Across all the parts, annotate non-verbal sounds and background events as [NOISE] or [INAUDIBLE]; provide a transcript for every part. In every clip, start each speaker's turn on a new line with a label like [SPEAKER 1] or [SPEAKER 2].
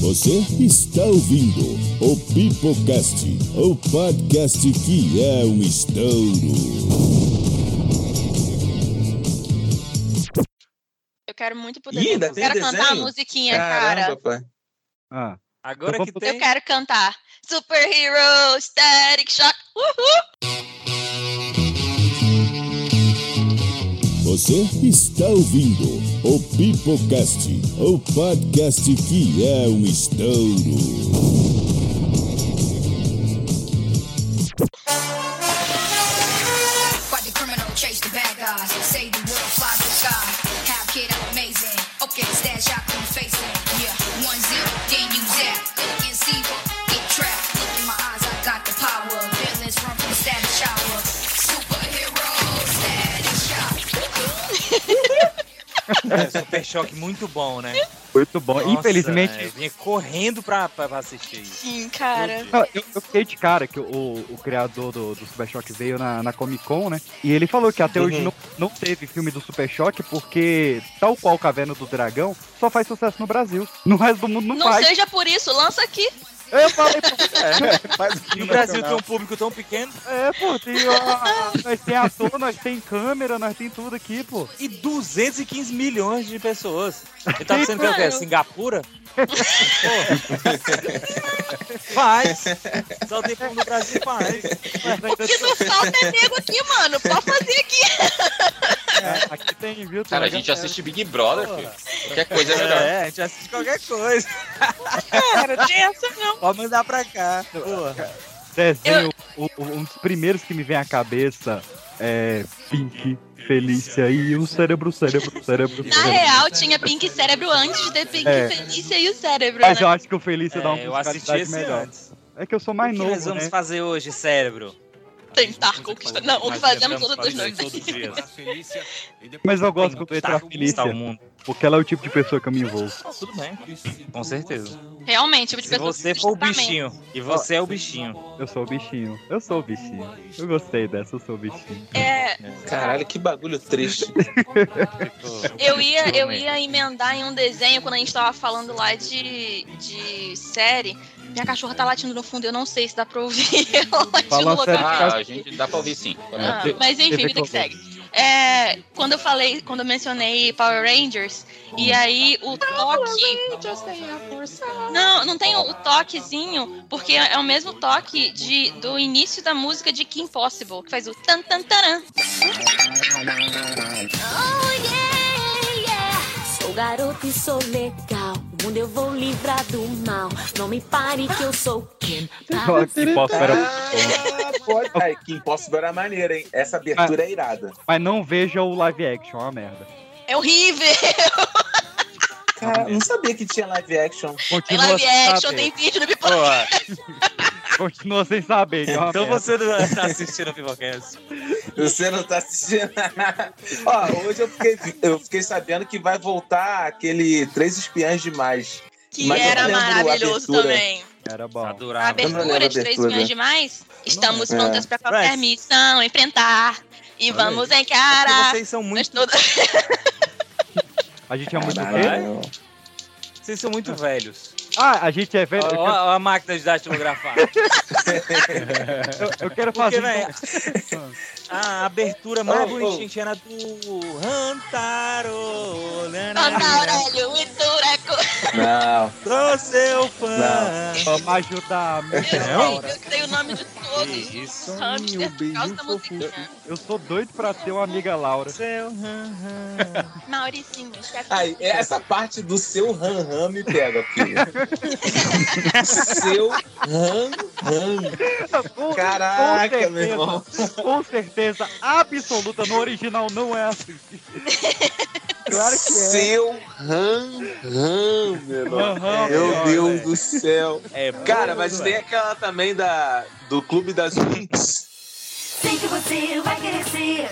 [SPEAKER 1] Você está ouvindo o Pipocast, o podcast que é um estouro.
[SPEAKER 2] Eu quero muito poder.
[SPEAKER 3] Ih, ainda
[SPEAKER 2] eu
[SPEAKER 3] tem
[SPEAKER 2] quero
[SPEAKER 3] desenho?
[SPEAKER 2] cantar a musiquinha,
[SPEAKER 3] Caramba,
[SPEAKER 2] cara.
[SPEAKER 3] pai.
[SPEAKER 4] Ah,
[SPEAKER 5] Agora
[SPEAKER 4] Então
[SPEAKER 5] que
[SPEAKER 4] vamos-
[SPEAKER 5] tem.
[SPEAKER 2] Eu quero cantar. Superhero Static Shock. Uhul!
[SPEAKER 1] Você está ouvindo o Pipocast, o podcast que é um estouro.
[SPEAKER 6] Fight the criminal, chase the bad guys. Save the world, fly the sky. Have kid, I'm amazing. Okay, stash out, I'm facing. Yeah, one zero, then you zap. Get see, get trapped. Look in my eyes, I got the power. Villains run from the static shower. Superhero, static shower.
[SPEAKER 5] É, super choque muito bom, né?
[SPEAKER 4] muito bom.
[SPEAKER 5] Nossa,
[SPEAKER 4] Infelizmente,
[SPEAKER 5] Eu vinha correndo pra, pra pra assistir isso.
[SPEAKER 2] Sim, cara.
[SPEAKER 4] Não, eu, eu fiquei de cara que o, o criador do, do Super Shock veio na, na Comic Con, né? E ele falou que até hoje
[SPEAKER 3] Uhum.
[SPEAKER 4] não, não teve filme do Super Shock porque, tal qual Caverna do Dragão, só faz sucesso no Brasil. No resto do mundo não,
[SPEAKER 2] Não
[SPEAKER 4] faz.
[SPEAKER 2] seja por isso, lança aqui.
[SPEAKER 4] Eu falei, pô,
[SPEAKER 7] [LAUGHS] É, Faz o
[SPEAKER 5] E
[SPEAKER 7] filme
[SPEAKER 5] o Brasil tem
[SPEAKER 7] nacional.
[SPEAKER 5] um público tão pequeno.
[SPEAKER 4] é, pô, tem, ó, nós tem ator, nós tem câmera, nós tem tudo aqui, pô.
[SPEAKER 5] E 215 milhões de pessoas. Ele tá pensando que é o quê?
[SPEAKER 2] Mano. [LAUGHS]
[SPEAKER 5] Singapura? Pô. Faz. Só tem como no Brasil faz. Mas
[SPEAKER 2] O
[SPEAKER 5] ainda
[SPEAKER 2] que não falta é nego aqui, mano. Pode fazer aqui.
[SPEAKER 4] É, aqui tem, viu?
[SPEAKER 8] Cara, a gente
[SPEAKER 5] tá.
[SPEAKER 8] assiste Big Brother,
[SPEAKER 5] Porra.
[SPEAKER 8] filho. Qualquer coisa é melhor.
[SPEAKER 5] É, a gente assiste qualquer coisa.
[SPEAKER 2] Cara, não tem essa não.
[SPEAKER 5] Pode mandar pra cá. Porra.
[SPEAKER 4] Desenho, o- o- um dos primeiros que me vem à cabeça é Pink, Felícia e o cérebro, cérebro, cérebro.
[SPEAKER 2] Na
[SPEAKER 4] cérebro.
[SPEAKER 2] real, tinha Pink Cérebro antes de Pink
[SPEAKER 4] É.
[SPEAKER 2] Felícia e o Cérebro,
[SPEAKER 4] Mas
[SPEAKER 2] né?
[SPEAKER 4] eu um acho que o Felício dá
[SPEAKER 5] É,
[SPEAKER 4] uma
[SPEAKER 5] eu assisti
[SPEAKER 4] musicalidade
[SPEAKER 5] esse
[SPEAKER 4] melhor.
[SPEAKER 5] antes.
[SPEAKER 4] É que eu sou
[SPEAKER 5] O
[SPEAKER 4] mais
[SPEAKER 5] que nós
[SPEAKER 4] novo,
[SPEAKER 5] vamos
[SPEAKER 4] né?
[SPEAKER 5] fazer hoje, cérebro?
[SPEAKER 2] Tentar conquistar. Não, o que fazemos todas as noites.
[SPEAKER 5] Todos os dias.
[SPEAKER 4] Mas eu gosto quando entra a
[SPEAKER 5] Tentar conquistar o
[SPEAKER 4] Felícia,
[SPEAKER 5] mundo.
[SPEAKER 4] porque ela é o tipo de pessoa que eu me envolvo.
[SPEAKER 5] Ah, tudo bem. Com certeza.
[SPEAKER 2] Realmente, tipo de
[SPEAKER 5] Se
[SPEAKER 2] pessoa
[SPEAKER 5] você
[SPEAKER 2] que
[SPEAKER 5] for o
[SPEAKER 2] também.
[SPEAKER 5] bichinho, e você é o bichinho.
[SPEAKER 4] Eu sou o bichinho. Eu sou o bichinho. Eu gostei dessa, eu sou o bichinho.
[SPEAKER 2] É,
[SPEAKER 3] Caralho, que bagulho triste.
[SPEAKER 2] eu ia, eu ia emendar em um desenho quando a gente tava falando lá de, de série. Minha cachorra tá latindo no fundo, eu não sei se dá pra ouvir. [LAUGHS] Ela latindo
[SPEAKER 4] Fala
[SPEAKER 2] no
[SPEAKER 4] sério,
[SPEAKER 8] [LAUGHS]
[SPEAKER 2] lugar.
[SPEAKER 8] Ah, a gente dá pra ouvir sim.
[SPEAKER 2] Ah, mas enfim,
[SPEAKER 4] Teve
[SPEAKER 2] vida que
[SPEAKER 4] problema.
[SPEAKER 2] segue. É, quando eu falei, quando eu mencionei Power Rangers,
[SPEAKER 4] Hum.
[SPEAKER 2] e aí o toque. Não, não tem o toquezinho, porque é o mesmo toque de, do início da música de Kim Possible, que faz o tan tan taran.
[SPEAKER 9] Sou garoto e sou legal. Mundo eu vou livrar do mal. Não me pare que eu sou Ken.
[SPEAKER 4] Fala que bosta, era-
[SPEAKER 3] Ah, pode. Ai, que impossível era maneira, hein? Essa abertura é irada.
[SPEAKER 4] Mas não veja o live action, é uma merda.
[SPEAKER 2] É horrível!
[SPEAKER 3] Cara, não sabia que tinha live action.
[SPEAKER 2] Tem
[SPEAKER 4] Continua
[SPEAKER 2] live
[SPEAKER 4] sem
[SPEAKER 2] action, tem
[SPEAKER 4] saber.
[SPEAKER 2] vídeo no Pipoca.
[SPEAKER 5] Boa.
[SPEAKER 4] Continua sem saber. que é uma
[SPEAKER 5] Então
[SPEAKER 4] merda.
[SPEAKER 5] você não tá assistindo o Pivocast.
[SPEAKER 3] Você não tá assistindo. [LAUGHS] Ó, hoje eu fiquei, eu fiquei sabendo que vai voltar aquele Três Espiãs Demais.
[SPEAKER 2] Que
[SPEAKER 3] Mas eu
[SPEAKER 2] era
[SPEAKER 3] lembro a
[SPEAKER 2] maravilhoso
[SPEAKER 3] abertura.
[SPEAKER 2] também.
[SPEAKER 4] Era bom.
[SPEAKER 2] A
[SPEAKER 5] Adorava.
[SPEAKER 3] não lembro
[SPEAKER 2] abertura
[SPEAKER 3] a
[SPEAKER 2] de três
[SPEAKER 3] abertura. é.
[SPEAKER 2] milhões demais. Estamos
[SPEAKER 3] lembro.
[SPEAKER 2] prontas pra qualquer
[SPEAKER 5] Mas-
[SPEAKER 2] missão enfrentar. E
[SPEAKER 5] Olha
[SPEAKER 2] vamos
[SPEAKER 5] É porque
[SPEAKER 2] encarar.
[SPEAKER 5] Vocês são
[SPEAKER 2] Nós
[SPEAKER 5] muito,
[SPEAKER 2] todas-
[SPEAKER 3] [LAUGHS]
[SPEAKER 4] A gente é muito o quê?
[SPEAKER 3] Caralho.
[SPEAKER 5] vocês são muito velhos.
[SPEAKER 4] Ah, a gente é velho.
[SPEAKER 5] Ó,
[SPEAKER 4] Eu
[SPEAKER 5] ó, ó a máquina de [LAUGHS] datilografar.
[SPEAKER 4] quero, eu- eu quero
[SPEAKER 5] Porque,
[SPEAKER 4] fazer.
[SPEAKER 5] velho, a abertura
[SPEAKER 3] Oh,
[SPEAKER 5] mais
[SPEAKER 3] oh.
[SPEAKER 5] bonitinha que era do Rantaro. né, né,
[SPEAKER 2] Santa
[SPEAKER 5] né.
[SPEAKER 2] Aurélio e Tureco.
[SPEAKER 3] Não.
[SPEAKER 5] Trouxe eu fã.
[SPEAKER 3] Não.
[SPEAKER 4] Vamos ajudar. meu.
[SPEAKER 2] Eu
[SPEAKER 3] É,
[SPEAKER 2] sei,
[SPEAKER 5] Não?
[SPEAKER 2] eu sei o nome de todos.
[SPEAKER 5] Isso.
[SPEAKER 3] um
[SPEAKER 2] Hamster, por causa da musiquinha.
[SPEAKER 4] Eu sou doido pra ter uma amiga Laura.
[SPEAKER 5] Seu ran, ran.
[SPEAKER 2] Mauricinho, é chefe.
[SPEAKER 3] Aí, essa parte do seu ran ran me pega, filho. seu ran ran.
[SPEAKER 4] Com- com
[SPEAKER 3] Caraca,
[SPEAKER 4] certeza,
[SPEAKER 3] meu irmão.
[SPEAKER 4] Com certeza absoluta, no original não é
[SPEAKER 2] [LAUGHS]
[SPEAKER 4] assim. Claro que é.
[SPEAKER 3] Seu ran ran, meu irmão.
[SPEAKER 4] Aham,
[SPEAKER 3] Meu
[SPEAKER 4] melhor,
[SPEAKER 3] Deus
[SPEAKER 4] velho.
[SPEAKER 3] do céu.
[SPEAKER 5] É bom,
[SPEAKER 3] Cara, mas tem
[SPEAKER 5] velho.
[SPEAKER 3] aquela também da, do Clube das Winx.
[SPEAKER 9] Sei que você vai querer ser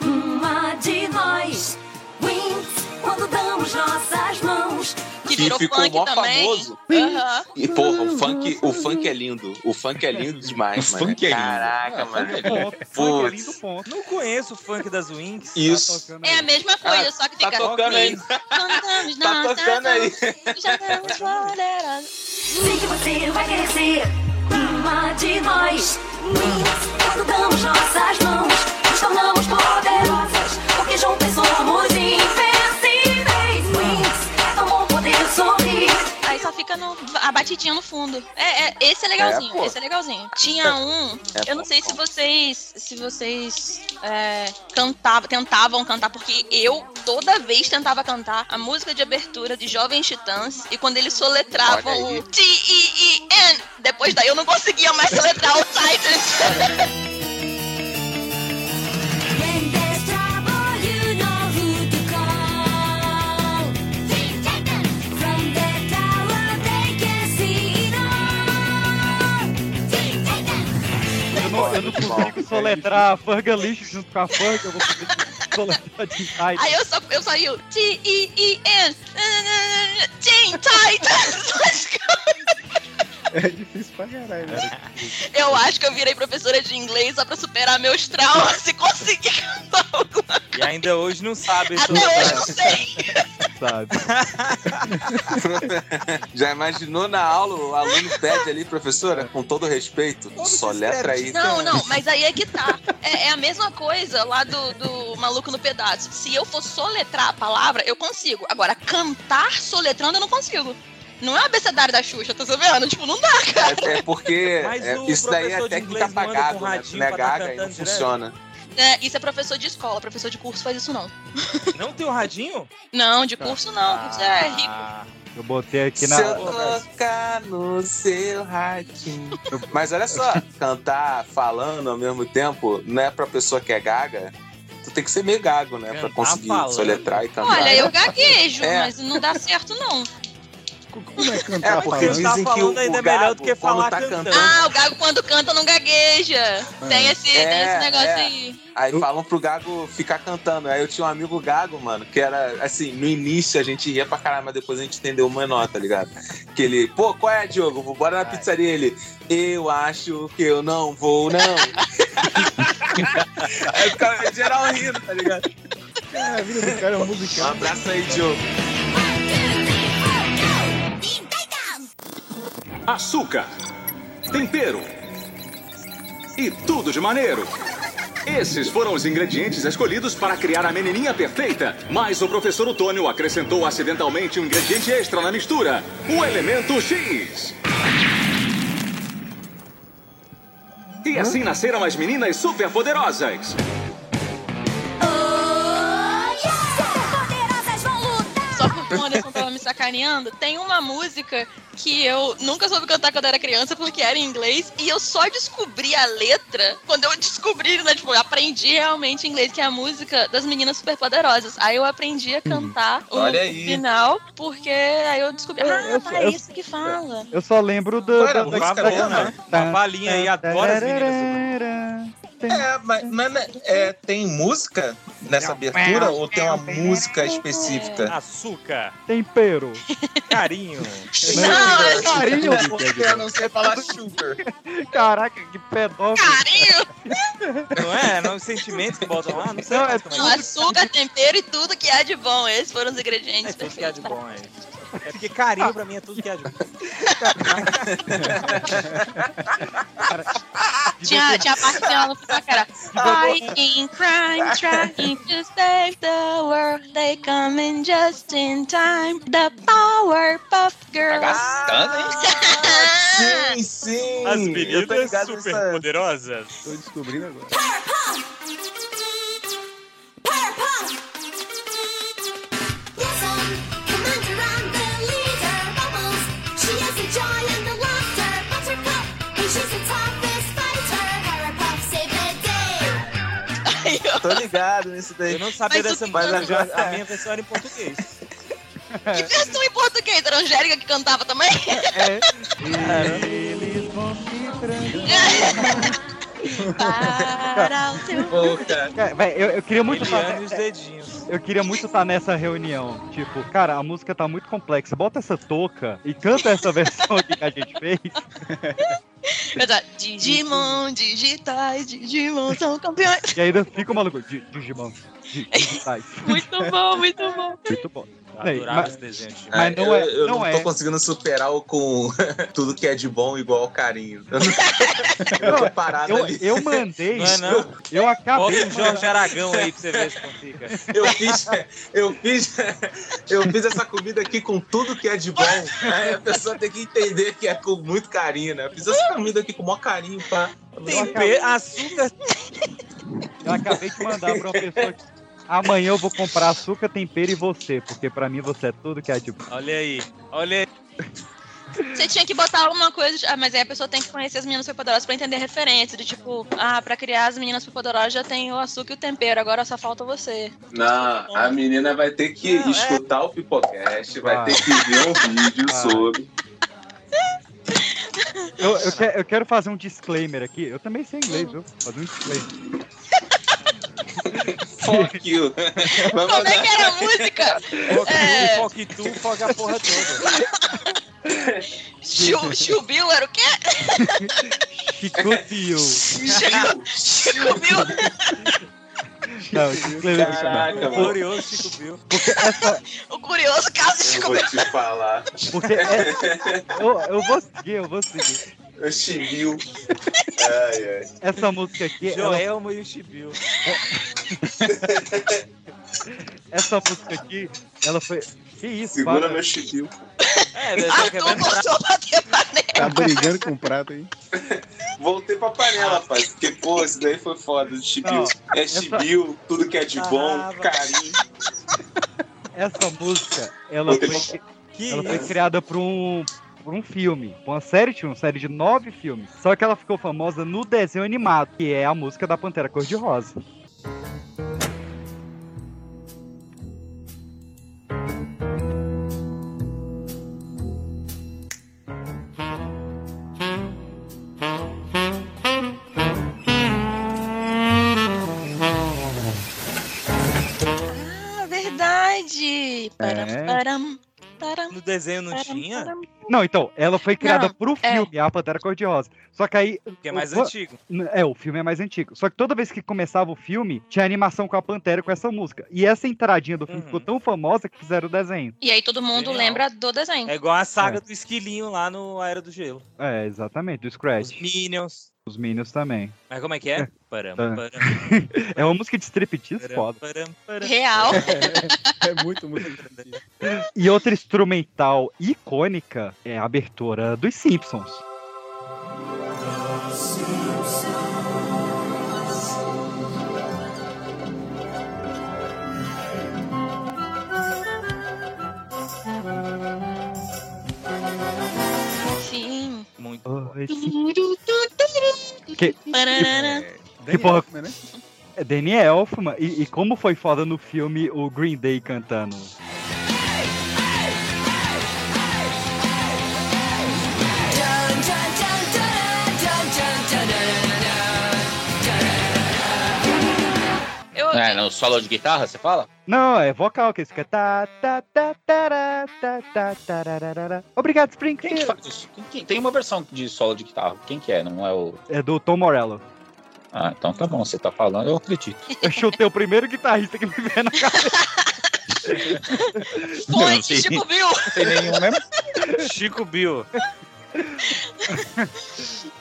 [SPEAKER 9] uma de nós. Wings, quando damos nossas mãos.
[SPEAKER 2] Que virou
[SPEAKER 3] ficou
[SPEAKER 2] funk
[SPEAKER 3] mó
[SPEAKER 2] também.
[SPEAKER 3] famoso.
[SPEAKER 2] Aham.
[SPEAKER 3] E, porra, o funk, o funk é lindo. O funk é lindo demais,
[SPEAKER 8] O
[SPEAKER 3] mano.
[SPEAKER 8] funk é lindo.
[SPEAKER 3] Caraca,
[SPEAKER 8] Ah, o
[SPEAKER 3] mano.
[SPEAKER 8] funk é lindo.
[SPEAKER 4] Ponto. Funk é lindo, ponto.
[SPEAKER 5] Não conheço o funk das Wings.
[SPEAKER 3] Isso.
[SPEAKER 4] tocando
[SPEAKER 2] É a
[SPEAKER 4] aí.
[SPEAKER 2] mesma
[SPEAKER 3] Ah,
[SPEAKER 2] coisa, só que
[SPEAKER 8] Tá
[SPEAKER 2] fica.
[SPEAKER 8] tocando aí.
[SPEAKER 2] Cantamos,
[SPEAKER 3] [LAUGHS] Tá
[SPEAKER 2] nós
[SPEAKER 3] tocando aí.
[SPEAKER 2] cantamos, Já
[SPEAKER 3] [LAUGHS]
[SPEAKER 2] damos florera.
[SPEAKER 9] Sei que você vai querer ser uma de nós. Meninas, quando damos nossas mãos, nos tornamos poderosas. Porque juntas somos invencíveis. Wings, é tão bom poder sorrir.
[SPEAKER 2] Aí só fica no, a batidinha no fundo. É, é, esse é legalzinho,
[SPEAKER 3] É, pô.
[SPEAKER 2] esse é legalzinho. Tinha um,
[SPEAKER 3] É,
[SPEAKER 2] eu não
[SPEAKER 3] pô,
[SPEAKER 2] sei
[SPEAKER 3] pô.
[SPEAKER 2] se vocês, se vocês é, cantavam, tentavam cantar, porque eu toda vez tentava cantar a música de abertura de Jovens Titãs e quando eles
[SPEAKER 3] Olha
[SPEAKER 2] soletravam
[SPEAKER 3] aí.
[SPEAKER 2] o T-E-E-N, depois daí eu não conseguia mais soletrar o Titans.
[SPEAKER 9] When there's trouble, you know who to call. From the tower, they can see it all.
[SPEAKER 4] Eu não, eu não consigo soletrar Fergalicious junto com a Funk, eu vou conseguir soletrar de Titans.
[SPEAKER 2] Aí eu só, eu só ia o T-E-E-N, Teen Titans.
[SPEAKER 7] É difícil pra caralho, né?
[SPEAKER 2] [LAUGHS] Eu acho que eu virei professora de inglês só pra superar meus traumas e conseguir cantar alguma
[SPEAKER 5] E ainda hoje não sabe.
[SPEAKER 2] Até
[SPEAKER 5] isso.
[SPEAKER 7] é
[SPEAKER 2] hoje não sei.
[SPEAKER 4] Sabe?
[SPEAKER 3] [LAUGHS] Já imaginou na aula, o aluno pede ali, professora, com todo respeito, só letra né? aí.
[SPEAKER 2] Não, não, mas aí é que tá. É, é a mesma coisa lá do, do Maluco no Pedaço. Se eu for soletrar a palavra, eu consigo. Agora, cantar soletrando, eu não consigo. Não é o abecedário da Xuxa, tá sabendo? Tipo, não dá, cara.
[SPEAKER 3] É, é porque
[SPEAKER 5] Mas
[SPEAKER 3] é,
[SPEAKER 5] o
[SPEAKER 3] isso daí é
[SPEAKER 5] professor de
[SPEAKER 3] técnica
[SPEAKER 5] inglês manda com
[SPEAKER 3] apagada, né?
[SPEAKER 5] radinho
[SPEAKER 3] Não é
[SPEAKER 5] pra tá
[SPEAKER 3] gaga e não
[SPEAKER 5] cantando direto.
[SPEAKER 3] funciona.
[SPEAKER 2] É, isso é professor de escola, professor de curso faz isso não.
[SPEAKER 5] Não tem um radinho?
[SPEAKER 4] Tá
[SPEAKER 2] Não, de curso não, curso é rico.
[SPEAKER 4] Ah, Eu botei aqui na.
[SPEAKER 3] Se eu tocar no seu radinho. Mas olha só, cantar falando ao mesmo tempo não é pra pessoa que é gaga. Tu tem que ser meio gago, né? pra
[SPEAKER 5] Cantar
[SPEAKER 3] conseguir
[SPEAKER 5] falando.
[SPEAKER 3] soletrar e cantar.
[SPEAKER 2] Olha, eu gaguejo,
[SPEAKER 3] Ah, É.
[SPEAKER 2] mas não dá certo não.
[SPEAKER 7] Como é cantar
[SPEAKER 3] É, porque
[SPEAKER 7] falando?
[SPEAKER 5] tá
[SPEAKER 3] dizem que o,
[SPEAKER 5] falando ainda
[SPEAKER 3] o
[SPEAKER 5] é melhor
[SPEAKER 3] gago,
[SPEAKER 5] do que
[SPEAKER 3] quando
[SPEAKER 5] falar
[SPEAKER 3] tá
[SPEAKER 5] cantando.
[SPEAKER 3] cantando,
[SPEAKER 2] Ah, o gago quando canta não gagueja. Tem esse, tem
[SPEAKER 3] É,
[SPEAKER 2] esse negócio
[SPEAKER 3] é.
[SPEAKER 2] aí.
[SPEAKER 3] Aí falam pro Gago ficar cantando. Aí eu tinha um amigo Gago, mano, que era assim, no início a gente ia pra caralho, mas depois a gente entendeu uma nota, tá ligado? Que ele, pô, qual é, Diogo? Vou- Bora na pizzaria. Ele, eu acho que eu não
[SPEAKER 7] [LAUGHS]
[SPEAKER 3] vou, não. aí ficava geral rindo, tá ligado?
[SPEAKER 7] É, a vida do cara é um
[SPEAKER 3] Um
[SPEAKER 7] musical.
[SPEAKER 3] abraço aí, Diogo.
[SPEAKER 10] açúcar, tempero e tudo de maneiro. Esses foram os ingredientes escolhidos para criar a menininha perfeita, mas o professor Otônio acrescentou acidentalmente um ingrediente extra na mistura, o elemento X. E assim nasceram as meninas superpoderosas.
[SPEAKER 9] Oh, yes! Poderosas vão lutar.
[SPEAKER 2] Só porque o Anderson tava me sacaneando, tem uma música que eu nunca soube cantar quando era criança porque era em inglês e eu só descobri a letra quando eu descobri, né, tipo, eu aprendi realmente inglês, que é a música das meninas superpoderosas. Aí eu aprendi a cantar o
[SPEAKER 8] Olha aí.
[SPEAKER 2] final porque aí eu descobri,
[SPEAKER 4] Eu-
[SPEAKER 2] ah,
[SPEAKER 4] eu-
[SPEAKER 2] tá, é
[SPEAKER 4] eu-
[SPEAKER 2] isso que fala.
[SPEAKER 4] Eu só lembro do.
[SPEAKER 8] Era
[SPEAKER 4] do-
[SPEAKER 8] música
[SPEAKER 4] da-
[SPEAKER 8] boa,
[SPEAKER 4] da-
[SPEAKER 5] né? Uma palhinha aí, adoro as meninas. né?
[SPEAKER 8] É, mas, mas é, tem música nessa abertura ou tem uma música específica?
[SPEAKER 5] Açúcar,
[SPEAKER 4] Tempero. né?
[SPEAKER 5] carinho.
[SPEAKER 2] Não, é assim. só
[SPEAKER 4] Carinho, pô.
[SPEAKER 8] Eu não sei falar sugar.
[SPEAKER 4] Caraca, que pedófilo.
[SPEAKER 2] carinho,
[SPEAKER 5] Não é? Não, os sentimentos que botam lá, [LAUGHS] não sei
[SPEAKER 4] Não,
[SPEAKER 5] mais
[SPEAKER 4] é
[SPEAKER 5] como
[SPEAKER 2] com
[SPEAKER 5] é.
[SPEAKER 2] açúcar, tempero e tudo que há de bom. Esses foram os ingredientes
[SPEAKER 5] É tudo que há de
[SPEAKER 2] perfeitos.
[SPEAKER 5] bom aí. É porque carinho pra mim é tudo que há de bom.
[SPEAKER 2] Tinha, tinha a parte que ela ficava, cara.
[SPEAKER 5] [LAUGHS]
[SPEAKER 2] Fighting crime, trying to save the world. They come in just in time. The Powerpuff Girls.
[SPEAKER 8] Gastando, hein?
[SPEAKER 3] Ah, sim, sim. Eu tô ligado nessa-
[SPEAKER 5] poderosas.
[SPEAKER 7] Tô descobrindo agora.
[SPEAKER 3] Tô ligado nesse
[SPEAKER 5] Eu
[SPEAKER 3] daí.
[SPEAKER 5] não sabia
[SPEAKER 2] Mas
[SPEAKER 5] dessa
[SPEAKER 2] tu-
[SPEAKER 5] música,
[SPEAKER 3] Mas agora-
[SPEAKER 5] a minha versão era em português.
[SPEAKER 2] [LAUGHS] Que versão em português? Era a Angélica que cantava
[SPEAKER 5] [LAUGHS]
[SPEAKER 2] também?
[SPEAKER 4] É. Eles vão se transformar.
[SPEAKER 2] Para o teu.
[SPEAKER 4] Cara, É, véi, eu, eu queria muito
[SPEAKER 5] Eliane
[SPEAKER 4] fazer-
[SPEAKER 5] e os dedinhos.
[SPEAKER 4] Eu queria muito estar nessa reunião. Tipo, cara, a música tá muito complexa. Bota essa touca e canta essa versão aqui que a gente fez.
[SPEAKER 2] Eu tava, Digimon, digitais, Digimon são campeões.
[SPEAKER 4] E ainda fica o maluco. "Di- Digimon. di- digitais."
[SPEAKER 2] Muito bom, muito bom.
[SPEAKER 4] Muito bom. Véi,
[SPEAKER 5] Adorava
[SPEAKER 4] mas-
[SPEAKER 5] esse desenho. gente.
[SPEAKER 4] Mas não
[SPEAKER 3] Ah, eu,
[SPEAKER 4] é-
[SPEAKER 3] eu
[SPEAKER 4] não
[SPEAKER 3] não,
[SPEAKER 4] é.
[SPEAKER 3] tô conseguindo superar o com [LAUGHS] tudo que é de bom igual o carinho. [LAUGHS] Eu, não... eu tô parado
[SPEAKER 4] Eu,
[SPEAKER 3] ali.
[SPEAKER 4] eu mandei.
[SPEAKER 5] Não é não?
[SPEAKER 4] Eu acabei.
[SPEAKER 5] Bota o Jorge Aragão aí pra você ver se não fica.
[SPEAKER 3] Eu fiz, eu fiz, eu fiz essa comida aqui com tudo que é de bom. Aí a pessoa tem que entender que é com muito carinho, né? Eu fiz essa comida aqui com o maior carinho, pá.
[SPEAKER 5] Tempero, açúcar.
[SPEAKER 4] Eu acabei de mandar pra uma pessoa que. Amanhã eu vou comprar açúcar, tempero e você, porque pra mim você é tudo que é de bom.
[SPEAKER 5] Olha aí. Olha aí.
[SPEAKER 2] Você tinha que botar alguma coisa. de- Ah, mas aí a pessoa tem que conhecer as meninas superpoderosas pra entender a referência. De tipo, ah, pra criar as meninas superpoderosas já tem o açúcar e o tempero, agora só falta você.
[SPEAKER 3] Não, a menina vai ter que
[SPEAKER 5] Não, é.
[SPEAKER 3] escutar o Pipocast, vai
[SPEAKER 4] Vai.
[SPEAKER 3] ter que ver um vídeo
[SPEAKER 4] Vai.
[SPEAKER 3] sobre.
[SPEAKER 4] Eu, eu, que- eu quero fazer um disclaimer aqui. Eu também sei inglês, viu? Fazer um disclaimer.
[SPEAKER 3] Fuck you. Vamos
[SPEAKER 2] Como é
[SPEAKER 3] lá.
[SPEAKER 2] que era a música?
[SPEAKER 4] [LAUGHS]
[SPEAKER 5] Foque
[SPEAKER 2] É.
[SPEAKER 5] tu, foque tu, foca a porra toda.
[SPEAKER 2] Chu- Chubil era o quê?
[SPEAKER 4] Chicote you.
[SPEAKER 2] Chico- Chico Bill.
[SPEAKER 4] Não, disclaimer. do canal.
[SPEAKER 3] Caraca,
[SPEAKER 5] O
[SPEAKER 3] mano.
[SPEAKER 5] glorioso Chico Bill.
[SPEAKER 2] O curioso caso de
[SPEAKER 3] Eu
[SPEAKER 2] Chico
[SPEAKER 3] [LAUGHS] vou
[SPEAKER 2] Bill.
[SPEAKER 3] te falar.
[SPEAKER 4] Porque é- eu, eu vou seguir, eu vou seguir.
[SPEAKER 3] Eu chimil. Ai, ai.
[SPEAKER 4] Essa música aqui, ela-
[SPEAKER 5] Joelma e o Chibiu.
[SPEAKER 4] essa música aqui, ela foi. Que isso,
[SPEAKER 3] Segura
[SPEAKER 4] para.
[SPEAKER 3] meu chimil.
[SPEAKER 4] Ah,
[SPEAKER 5] É, deve estar
[SPEAKER 2] Arthur
[SPEAKER 4] então-
[SPEAKER 5] quebrando
[SPEAKER 2] gostou bater panela.
[SPEAKER 7] Tá brigando com o prato aí.
[SPEAKER 3] Voltei pra panela, rapaz. Porque, pô, isso daí foi foda. do Chibiu.
[SPEAKER 4] Não,
[SPEAKER 3] É chibiu, tudo que é de bom,
[SPEAKER 5] Ah, vai.
[SPEAKER 3] carinho.
[SPEAKER 4] Essa música, ela
[SPEAKER 3] Voltei pra-
[SPEAKER 4] foi,
[SPEAKER 5] Que
[SPEAKER 4] ela tá foi
[SPEAKER 5] isso?
[SPEAKER 4] criada por um, por um filme, por uma série de uma série de nove filmes. Só que ela ficou famosa no desenho animado, que é a música da Pantera Cor-de-Rosa.
[SPEAKER 2] Ah, verdade. Param,
[SPEAKER 4] É.
[SPEAKER 2] param, param,
[SPEAKER 5] No desenho não
[SPEAKER 2] param,
[SPEAKER 5] tinha?
[SPEAKER 2] param.
[SPEAKER 4] Não, então, ela foi criada
[SPEAKER 2] Não,
[SPEAKER 4] pro
[SPEAKER 2] é.
[SPEAKER 4] filme, a Pantera Cor-de-Rosa. Só que aí
[SPEAKER 5] Que é mais
[SPEAKER 4] Opa.
[SPEAKER 5] antigo.
[SPEAKER 4] N- É, o filme é mais antigo. Só que toda vez que começava o filme, tinha animação com a Pantera e com essa música. E essa entradinha do filme
[SPEAKER 5] Uhum.
[SPEAKER 4] ficou tão famosa que fizeram o desenho.
[SPEAKER 2] E aí todo mundo
[SPEAKER 5] Genial.
[SPEAKER 2] lembra do desenho.
[SPEAKER 5] É igual a saga
[SPEAKER 4] É.
[SPEAKER 5] do esquilinho lá no A Era do Gelo.
[SPEAKER 4] É, exatamente, do
[SPEAKER 5] Os
[SPEAKER 4] Scratch. Os,
[SPEAKER 5] Minions.
[SPEAKER 4] Minions também.
[SPEAKER 5] Mas como é que é? Param,
[SPEAKER 4] [LAUGHS] Tá.
[SPEAKER 5] param,
[SPEAKER 4] É uma música de striptease
[SPEAKER 5] param,
[SPEAKER 4] foda.
[SPEAKER 5] param, param. [LAUGHS]
[SPEAKER 2] Real.
[SPEAKER 7] É muito, muito.
[SPEAKER 4] E outra instrumental icônica é a abertura dos Simpsons.
[SPEAKER 2] Sim.
[SPEAKER 5] Muito.
[SPEAKER 4] Oi, Sim- Que-
[SPEAKER 2] Pararara.
[SPEAKER 7] Danny
[SPEAKER 4] porra.
[SPEAKER 7] Elfman, né?
[SPEAKER 4] Tipo, É Danny Elfman. E, e como foi foda no filme o Green Day cantando.
[SPEAKER 2] Eu,
[SPEAKER 11] É, no solo de guitarra, você fala?
[SPEAKER 4] Não, é vocal que isso fica. Tá, tá, tá, tará, tá, tá, tarararara. Obrigado,
[SPEAKER 11] Quem que
[SPEAKER 4] Springfield.
[SPEAKER 11] faz isso? Quem- quem- Tem uma versão de solo de guitarra. Quem que é? Não é o.
[SPEAKER 4] É do Tom Morello.
[SPEAKER 11] Ah, então tá bom, você tá falando, eu acredito.
[SPEAKER 4] Eu chutei o primeiro guitarrista que me veio na cabeça.
[SPEAKER 2] Foi,
[SPEAKER 11] Não, sim.
[SPEAKER 2] Chico Bill.
[SPEAKER 11] Não tem nenhum, né?
[SPEAKER 5] Chico Bill. Ah.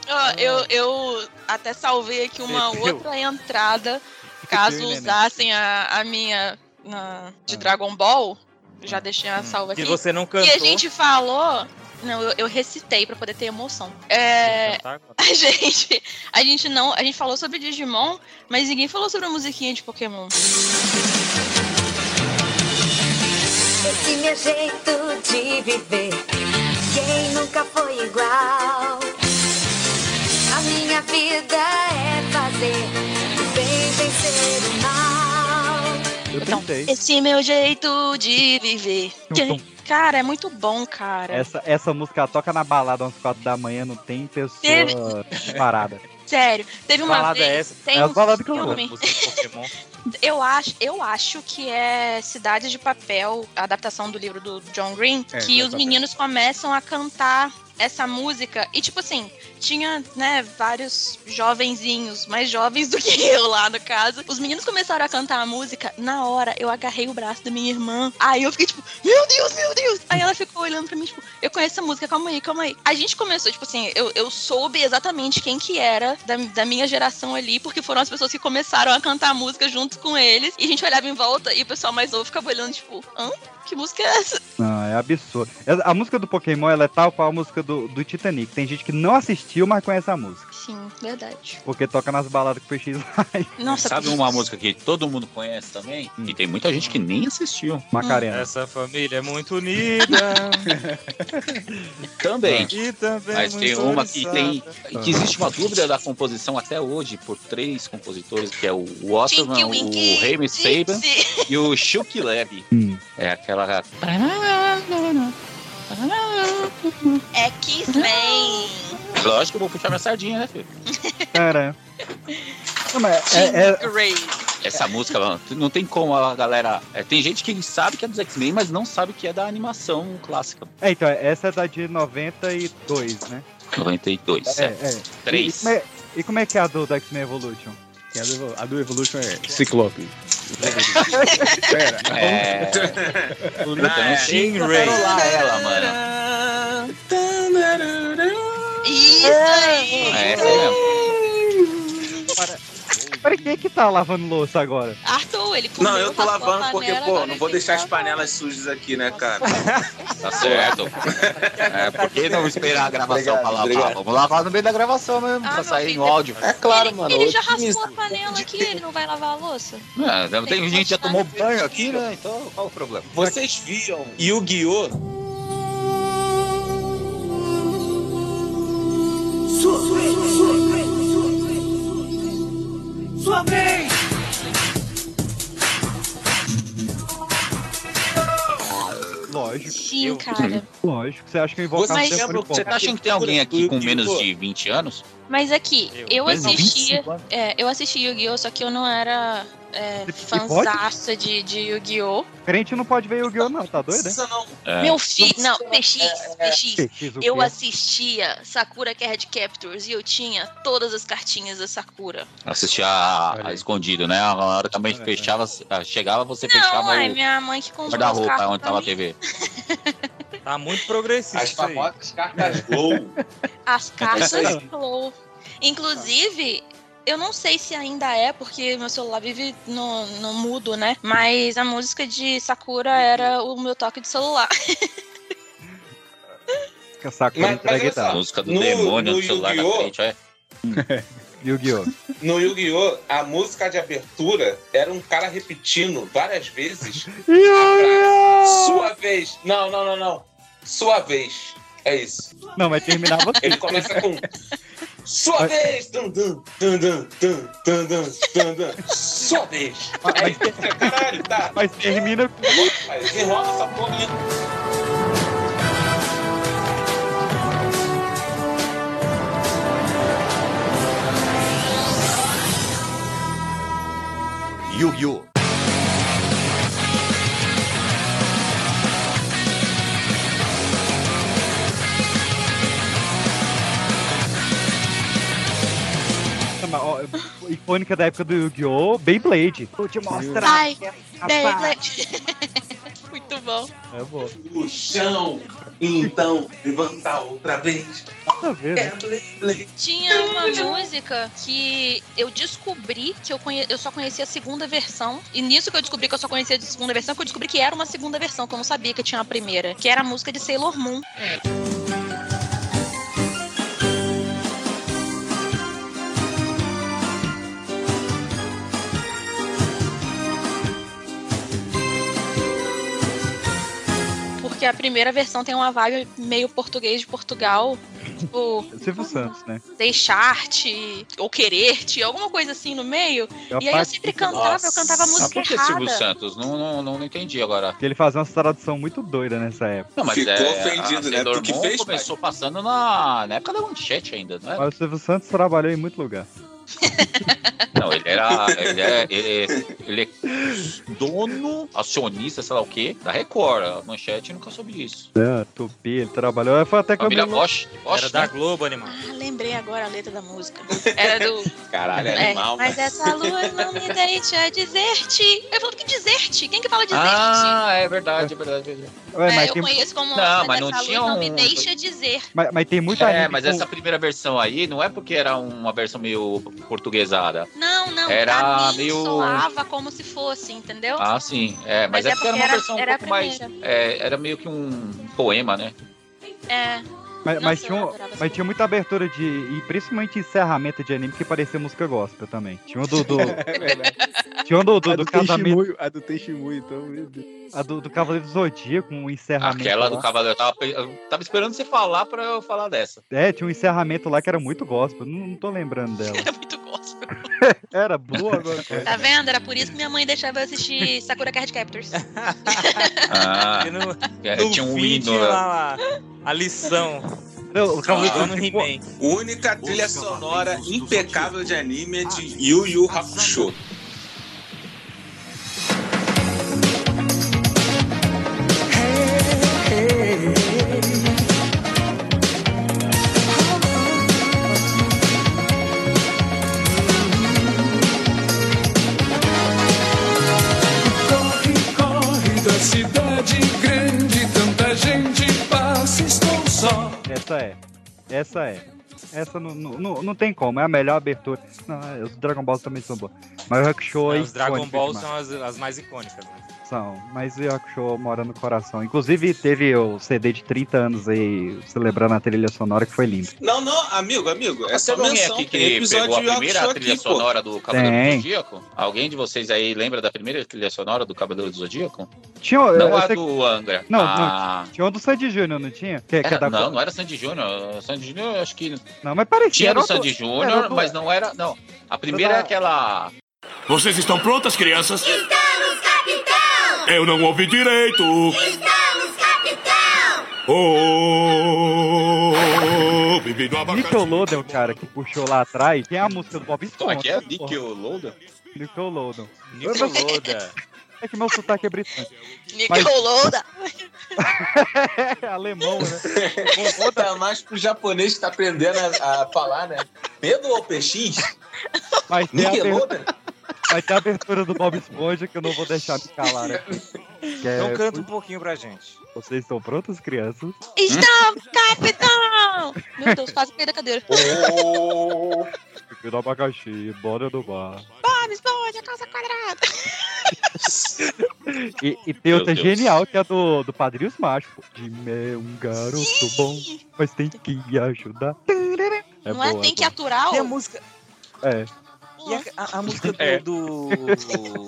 [SPEAKER 2] Ó, eu, eu até salvei aqui uma
[SPEAKER 5] Perdeu.
[SPEAKER 2] outra entrada, caso
[SPEAKER 5] Perdeu, né, né?
[SPEAKER 2] usassem a, a minha na-
[SPEAKER 5] Ah.
[SPEAKER 2] de Dragon Ball. Já deixei a salva
[SPEAKER 5] Que
[SPEAKER 2] aqui.
[SPEAKER 5] Hum. você não
[SPEAKER 2] E
[SPEAKER 5] cantou.
[SPEAKER 2] a gente falou. Não, eu, eu recitei pra poder ter emoção. É,
[SPEAKER 5] Cantar agora.
[SPEAKER 2] [LAUGHS] a gente, a gente não, a gente falou sobre Digimon, mas ninguém falou sobre a musiquinha de Pokémon.
[SPEAKER 9] Esse meu jeito de viver, quem nunca foi igual? A minha vida é fazer o bem vencer o mal.
[SPEAKER 4] Eu
[SPEAKER 7] Então,
[SPEAKER 4] tentei.
[SPEAKER 2] Então,
[SPEAKER 7] é-
[SPEAKER 2] Esse meu jeito de viver.
[SPEAKER 4] Tum,
[SPEAKER 2] Cara, é muito bom, cara.
[SPEAKER 5] É.
[SPEAKER 4] Essa, essa música toca na balada às quatro da manhã, não tem pessoa
[SPEAKER 2] Teve-
[SPEAKER 4] parada.
[SPEAKER 2] Sério. Teve uma
[SPEAKER 5] Balada
[SPEAKER 2] vez.
[SPEAKER 5] é essa?
[SPEAKER 2] Tem
[SPEAKER 5] É a
[SPEAKER 2] um
[SPEAKER 5] balada que eu
[SPEAKER 2] filme.
[SPEAKER 5] gosto. Música de Pokémon.
[SPEAKER 2] Eu acho, eu acho que é Cidade de Papel, a adaptação do livro do John Green,
[SPEAKER 12] É, Cidade
[SPEAKER 2] que
[SPEAKER 12] de
[SPEAKER 2] os
[SPEAKER 12] Papel.
[SPEAKER 2] meninos começam a cantar essa música e tipo assim, tinha, né, vários jovenzinhos, mais jovens do que eu lá no caso. Os meninos começaram a cantar a música, na hora eu agarrei o braço da minha irmã. Aí eu fiquei tipo, meu Deus, meu Deus. Aí ela ficou olhando pra mim tipo, eu conheço essa música, calma aí, calma aí. A gente começou, tipo assim, eu, eu soube exatamente quem que era da, da minha geração ali, porque foram as pessoas que começaram a cantar a música junto com eles. E a gente olhava em volta e o pessoal mais novo ficava olhando, tipo, hã? Que música é essa?
[SPEAKER 4] Não, é absurdo. Essa- A música do Pokémon ela é tal qual a música do, do Titanic. Tem gente que não assistiu, mas conhece a música.
[SPEAKER 2] Sim, verdade.
[SPEAKER 4] Porque toca nas baladas que o PX vai.
[SPEAKER 2] Nossa,
[SPEAKER 11] Sabe uma música que todo mundo conhece também?
[SPEAKER 5] Hum.
[SPEAKER 11] E tem muita gente que nem assistiu.
[SPEAKER 4] [LAUGHS] Macarena.
[SPEAKER 5] Essa família é muito unida.
[SPEAKER 11] Também.
[SPEAKER 5] Ah. E também
[SPEAKER 11] Mas tem
[SPEAKER 5] muito
[SPEAKER 11] uma que tem.
[SPEAKER 5] oriçada.
[SPEAKER 11] que existe uma dúvida da composição até hoje por três compositores, que é o Waterman,
[SPEAKER 9] Tinky,
[SPEAKER 11] o Remy Saban e o Chuck Levy.
[SPEAKER 5] Hum.
[SPEAKER 11] É aquela.
[SPEAKER 2] É Kingsman.
[SPEAKER 11] Lógico que eu vou puxar minha sardinha, né, filho?
[SPEAKER 4] Cara. Não, mas é- é-
[SPEAKER 11] Essa música, mano, não tem como a galera. é, tem gente que sabe que é dos X-Men, mas não sabe que é da animação clássica.
[SPEAKER 4] é, então, essa é da de 92, né?
[SPEAKER 11] 92, certo. Três.
[SPEAKER 4] E, como é- e como é que é a do do X-Men Evolution?
[SPEAKER 7] é A do, a do Evolution é Ciclope.
[SPEAKER 11] Pera. É. Não, Stingray. Lá ela, mano.
[SPEAKER 2] Isso aí!
[SPEAKER 11] É, essa mesmo.
[SPEAKER 4] Peraí, quem é que tá lavando louça agora?
[SPEAKER 2] Arthur, ele comeu
[SPEAKER 3] Não, eu tô
[SPEAKER 2] raspou a
[SPEAKER 3] lavando porque,
[SPEAKER 2] panela, tá
[SPEAKER 3] pô,
[SPEAKER 2] agora
[SPEAKER 3] não
[SPEAKER 2] ele
[SPEAKER 3] vou
[SPEAKER 2] tem
[SPEAKER 3] deixar as
[SPEAKER 2] que
[SPEAKER 3] panelas sujas aqui, né, cara?
[SPEAKER 11] Tá certo. É, por que não esperar a gravação
[SPEAKER 3] Obrigado,
[SPEAKER 11] pra lavar?
[SPEAKER 3] obrigado.
[SPEAKER 11] Vamos lavar no meio da gravação mesmo,
[SPEAKER 2] Ah,
[SPEAKER 11] pra sair em áudio. É claro,
[SPEAKER 2] lavar. Ele já raspou a panela aqui, ele não vai lavar a louça?
[SPEAKER 11] tem gente que já tomou banho aqui, né? Então qual o problema?
[SPEAKER 3] Vocês viam Yu-Gi-Oh!
[SPEAKER 9] Sua vez, sua vez, sua vez. Sua vez.
[SPEAKER 4] Lógico.
[SPEAKER 2] Sim,
[SPEAKER 11] [LAUGHS]
[SPEAKER 2] cara.
[SPEAKER 4] Lógico. Você acha que eu invocar
[SPEAKER 11] Você,
[SPEAKER 4] um
[SPEAKER 11] lembra-
[SPEAKER 4] demônio
[SPEAKER 11] você tá
[SPEAKER 4] pop?
[SPEAKER 11] achando que tem alguém aqui com menos de 20 anos?
[SPEAKER 2] Mas aqui, eu,
[SPEAKER 11] Mesmo?
[SPEAKER 2] assistia.
[SPEAKER 11] 25 anos?
[SPEAKER 2] é, eu assisti Yu-Gi-Oh! Só que eu não era é,
[SPEAKER 4] pode?
[SPEAKER 2] fanzaça de, de Yu-Gi-Oh!
[SPEAKER 11] tá-
[SPEAKER 4] Crente não pode ver Yu-Gi-Oh! não, tá doido?
[SPEAKER 3] Isso não.
[SPEAKER 11] É.
[SPEAKER 2] Meu filho. Não, PX, PX.
[SPEAKER 4] PX, o
[SPEAKER 2] Eu
[SPEAKER 4] quê?
[SPEAKER 2] assistia Sakura que é Red Captors e eu tinha todas as cartinhas da Sakura.
[SPEAKER 11] [LAUGHS] Assistia a, a escondido, né? A hora também fechava, ah, chegava, você
[SPEAKER 2] Não,
[SPEAKER 11] fechava
[SPEAKER 2] ai,
[SPEAKER 11] o
[SPEAKER 2] minha mãe que comprou as
[SPEAKER 11] guarda-roupa
[SPEAKER 2] cartas.
[SPEAKER 11] onde tava a TV.
[SPEAKER 2] é.
[SPEAKER 5] Tá muito progressista.
[SPEAKER 3] As famosas cartas
[SPEAKER 7] [LAUGHS]
[SPEAKER 3] Glow.
[SPEAKER 2] As cartas
[SPEAKER 3] Sim.
[SPEAKER 2] Glow. Inclusive, eu não sei se ainda é, porque meu celular vive no, no mudo, né? Mas a música de Sakura era o meu toque de celular.
[SPEAKER 4] Que Sakura
[SPEAKER 3] Mas- mas
[SPEAKER 4] entrega
[SPEAKER 3] olha
[SPEAKER 4] e tal.
[SPEAKER 3] só,
[SPEAKER 11] Música do
[SPEAKER 3] No-
[SPEAKER 11] demônio
[SPEAKER 3] no
[SPEAKER 11] no celular da
[SPEAKER 3] Yu-Gi-Oh!
[SPEAKER 11] frente, olha.
[SPEAKER 4] Yu-Gi-Oh!
[SPEAKER 3] No Yu-Gi-Oh! a música de abertura era um cara repetindo várias vezes. Sua vez. Não, não, não, não. Sua vez. É isso.
[SPEAKER 4] Não, mas terminava
[SPEAKER 3] Ele começa com. Sua vez! Dun, dun, dun, dun, dun, dun, dun, dun, dun. Sua vez! É isso, caralho, tá.
[SPEAKER 4] Mas termina com.
[SPEAKER 3] Desenrola essa porra aí.
[SPEAKER 10] Yu-Gi-Oh!
[SPEAKER 4] Chama, ó, icônica da época do Yu-Gi-Oh! Beyblade. Vou te mostrar.
[SPEAKER 2] Ai, Beyblade. [LAUGHS] Muito bom.
[SPEAKER 4] É bom.
[SPEAKER 3] O chão. Então, levanta outra vez.
[SPEAKER 4] Tá vendo?
[SPEAKER 3] É, ble, ble.
[SPEAKER 2] Tinha uma música que eu descobri que eu, conhe... eu só conhecia a segunda versão. E nisso que eu descobri que eu só conhecia a segunda versão, que eu descobri que era uma segunda versão, que eu não sabia que tinha uma primeira. Que era a música de Sailor Moon. porque a primeira versão tem uma vibe meio português de Portugal. Tipo,
[SPEAKER 4] Silvio Santos, né?
[SPEAKER 2] deixar-te ou querer-te, alguma coisa assim no meio.
[SPEAKER 4] Eu
[SPEAKER 2] e aí eu
[SPEAKER 4] acho
[SPEAKER 2] sempre
[SPEAKER 4] que-
[SPEAKER 2] cantava, eu cantava a
[SPEAKER 11] Mas
[SPEAKER 2] música
[SPEAKER 11] por que
[SPEAKER 2] errada.
[SPEAKER 11] Silvio Santos? Não, não, não, não entendi agora.
[SPEAKER 4] Porque ele fazia uma tradução muito doida nessa época.
[SPEAKER 11] Não, mas
[SPEAKER 4] Ficou
[SPEAKER 11] é,
[SPEAKER 4] ofendido,
[SPEAKER 11] a
[SPEAKER 4] né?
[SPEAKER 11] Sailor
[SPEAKER 4] Tu que
[SPEAKER 11] Moon
[SPEAKER 4] fez,
[SPEAKER 11] começou passando na, na época da manchete ainda,
[SPEAKER 2] [LAUGHS]
[SPEAKER 11] não é?
[SPEAKER 4] Mas o Silvio Santos trabalhou em muito lugar.
[SPEAKER 11] Não, ele era. Ele é, ele, ele é dono, acionista, sei lá o quê, da Record. A manchete nunca soube disso.
[SPEAKER 4] É, Tupi, ele trabalhou. Foi até
[SPEAKER 11] Família
[SPEAKER 4] quando.
[SPEAKER 11] Bosch. Bosch
[SPEAKER 5] Era
[SPEAKER 11] né?
[SPEAKER 5] da Globo, animal.
[SPEAKER 2] Ah, lembrei agora a letra da música. Era do.
[SPEAKER 3] Caralho,
[SPEAKER 2] É, mas essa lua não me deixa dizer-te. Eu falo que dizer-te? Quem que fala dizer-te?
[SPEAKER 11] Ah, é verdade, é verdade. É verdade.
[SPEAKER 4] Ué, mas
[SPEAKER 2] É, eu
[SPEAKER 4] tem-
[SPEAKER 2] conheço como
[SPEAKER 11] Não, mas
[SPEAKER 2] essa
[SPEAKER 11] não
[SPEAKER 2] luz
[SPEAKER 11] tinha
[SPEAKER 2] não me
[SPEAKER 11] um-
[SPEAKER 2] deixa dizer.
[SPEAKER 4] Mas, mas tem muita
[SPEAKER 11] É,
[SPEAKER 4] gente
[SPEAKER 11] mas
[SPEAKER 4] com-
[SPEAKER 11] essa primeira versão aí não é porque era uma versão meio portuguesada.
[SPEAKER 2] Não, não, pra
[SPEAKER 11] Era
[SPEAKER 2] mim
[SPEAKER 11] meio-
[SPEAKER 2] soava como se fosse, entendeu?
[SPEAKER 11] Ah, sim. É,
[SPEAKER 2] Mas
[SPEAKER 11] mas, é
[SPEAKER 2] é porque
[SPEAKER 11] porque era uma
[SPEAKER 2] era-
[SPEAKER 11] versão
[SPEAKER 2] era a
[SPEAKER 11] um pouco mais.
[SPEAKER 2] primeira.
[SPEAKER 11] é, era meio que um poema, né?
[SPEAKER 2] É.
[SPEAKER 4] Mas, mas
[SPEAKER 2] Nossa,
[SPEAKER 4] tinha,
[SPEAKER 2] eu
[SPEAKER 4] um-
[SPEAKER 2] adorava
[SPEAKER 4] mas tinha muita abertura de. E principalmente encerramento de anime que parecia música gospel também. Tinha um do. do tinha um do, do,
[SPEAKER 7] a
[SPEAKER 4] do
[SPEAKER 7] do
[SPEAKER 4] casamento.
[SPEAKER 7] Tenshimuyo- A do Tenshimuyo, então, meu Deus.
[SPEAKER 4] A do, do Cavaleiro do Zodíaco, um
[SPEAKER 3] Ah,
[SPEAKER 4] encerramento.
[SPEAKER 11] Aquela do
[SPEAKER 4] lá.
[SPEAKER 11] cavalo. Eu tava, pe- eu tava esperando você falar pra eu falar dessa.
[SPEAKER 4] É, tinha um encerramento lá que era muito gospel. Não, não tô lembrando
[SPEAKER 11] [LAUGHS]
[SPEAKER 4] dela.
[SPEAKER 11] um-
[SPEAKER 4] Era muito gospel. era boa agora.
[SPEAKER 2] É
[SPEAKER 11] É.
[SPEAKER 2] Tá vendo? Era por isso que minha mãe deixava eu assistir Sakura Card
[SPEAKER 11] [LAUGHS]
[SPEAKER 2] Captors.
[SPEAKER 11] Ah,
[SPEAKER 5] E no,
[SPEAKER 11] é,
[SPEAKER 5] no
[SPEAKER 11] tinha um
[SPEAKER 5] fim
[SPEAKER 11] hino,
[SPEAKER 5] tinha
[SPEAKER 11] né?
[SPEAKER 5] lá, a lição.
[SPEAKER 4] Não, o
[SPEAKER 5] Cavaleiro do
[SPEAKER 3] Ah,
[SPEAKER 5] Zodíaco. He-Man.
[SPEAKER 3] Única trilha sonora impecável de anime é de Yu Yu Hakusho.
[SPEAKER 9] Corre, corre da cidade grande, tanta gente passa, estou só.
[SPEAKER 4] Essa é. Essa é. Essa não, não, não, não tem como, é a melhor abertura. Não, é, os Dragon Balls também são bons. Mas o Hakusho é
[SPEAKER 5] Os Dragon
[SPEAKER 4] icônico
[SPEAKER 5] Ball
[SPEAKER 4] demais.
[SPEAKER 5] são as, as mais icônicas. né?
[SPEAKER 4] São, mas o Yakusho mora no coração. Inclusive, teve o CD de 30 anos aí, celebrando a trilha sonora, que foi lindo.
[SPEAKER 3] Não, não, amigo, amigo, é
[SPEAKER 11] Você
[SPEAKER 3] só
[SPEAKER 11] não é
[SPEAKER 3] menção.
[SPEAKER 11] aqui
[SPEAKER 3] tem
[SPEAKER 11] que
[SPEAKER 3] episódio
[SPEAKER 11] pegou a
[SPEAKER 3] de Yu
[SPEAKER 11] primeira
[SPEAKER 3] Hakusho
[SPEAKER 11] trilha
[SPEAKER 3] aqui, pô.
[SPEAKER 11] sonora do Cavaleiro
[SPEAKER 4] Tem.
[SPEAKER 11] do Zodíaco? Alguém de vocês aí lembra da primeira trilha sonora do Cavaleiro do Zodíaco?
[SPEAKER 4] Tinha, eu-
[SPEAKER 11] não
[SPEAKER 4] eu
[SPEAKER 11] a
[SPEAKER 4] sei-
[SPEAKER 11] do Angra.
[SPEAKER 4] não,
[SPEAKER 11] Ah,
[SPEAKER 4] não, tinha um do Sandy Júnior, não tinha? Que, que
[SPEAKER 11] era-
[SPEAKER 4] é da-
[SPEAKER 11] não, não era Sandy Júnior. O Sandy Júnior, eu acho que.
[SPEAKER 4] Não, mas parecia.
[SPEAKER 11] Tinha
[SPEAKER 4] era
[SPEAKER 11] do
[SPEAKER 4] outro-
[SPEAKER 11] Sandy
[SPEAKER 4] era
[SPEAKER 11] Júnior,
[SPEAKER 4] outro-
[SPEAKER 11] mas não era. Não. A primeira é
[SPEAKER 4] da-
[SPEAKER 11] aquela.
[SPEAKER 10] Vocês estão prontas, crianças?
[SPEAKER 9] Estamos, capitão!
[SPEAKER 10] Eu não ouvi direito.
[SPEAKER 9] Estamos, capitão!
[SPEAKER 10] Oh, bebido
[SPEAKER 4] Nickelodeon, cara, que puxou lá atrás, tem a música do Bob
[SPEAKER 11] Como
[SPEAKER 4] Esponja.
[SPEAKER 11] é que é?
[SPEAKER 4] porra.
[SPEAKER 11] Nickelodeon?
[SPEAKER 4] Nickelodeon.
[SPEAKER 5] Nickeloda.
[SPEAKER 4] [LAUGHS] É que meu sotaque é britânico.
[SPEAKER 2] Nickeloda!
[SPEAKER 4] É alemão, né?
[SPEAKER 3] Tá mais pro japonês que tá aprendendo a, a falar, né? Pedro ou PX?
[SPEAKER 4] Mas tem, a abertura,
[SPEAKER 3] Nickelodeon?
[SPEAKER 4] mas tem a abertura do Bob Esponja que eu não vou deixar me calar, né? Que é,
[SPEAKER 5] Então canta um pouquinho pra gente.
[SPEAKER 4] Vocês estão prontos, crianças?
[SPEAKER 2] Estamos, capitão! Meu Deus, quase caí da cadeira.
[SPEAKER 3] Oh,
[SPEAKER 4] Fica no abacaxi, bora no bar.
[SPEAKER 2] Bob Esponja, calça quadrada.
[SPEAKER 4] E, e tem outra
[SPEAKER 11] Deus.
[SPEAKER 4] genial que é do, do Padrinhos Mágicos. Jim é um garoto bom, mas tem que ajudar. É
[SPEAKER 2] não é? Tem que aturar
[SPEAKER 5] E a
[SPEAKER 2] o...
[SPEAKER 5] música,
[SPEAKER 4] boa. É.
[SPEAKER 5] e a, a- a música do,
[SPEAKER 11] É.
[SPEAKER 5] do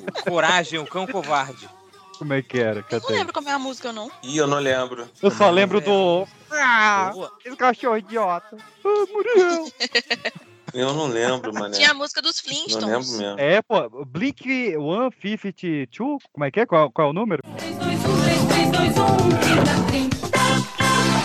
[SPEAKER 5] [LAUGHS] Coragem, o Cão covarde.
[SPEAKER 4] Como é que era?
[SPEAKER 2] Eu não
[SPEAKER 4] Cadê?
[SPEAKER 2] lembro como é a música, não.
[SPEAKER 3] Ih, eu não lembro.
[SPEAKER 4] Eu só lembro do. Ah,
[SPEAKER 5] Boa.
[SPEAKER 4] esse cachorro idiota. Ah, Muriel.
[SPEAKER 3] Eu não lembro, mano.
[SPEAKER 2] Tinha a música dos
[SPEAKER 3] Não lembro
[SPEAKER 2] Flintstones.
[SPEAKER 3] mesmo.
[SPEAKER 4] É, pô, Blink 152, como é que é? Qual, qual é o número?
[SPEAKER 9] 3, 2, 1, 3, 3, 2, 1, 30, 30.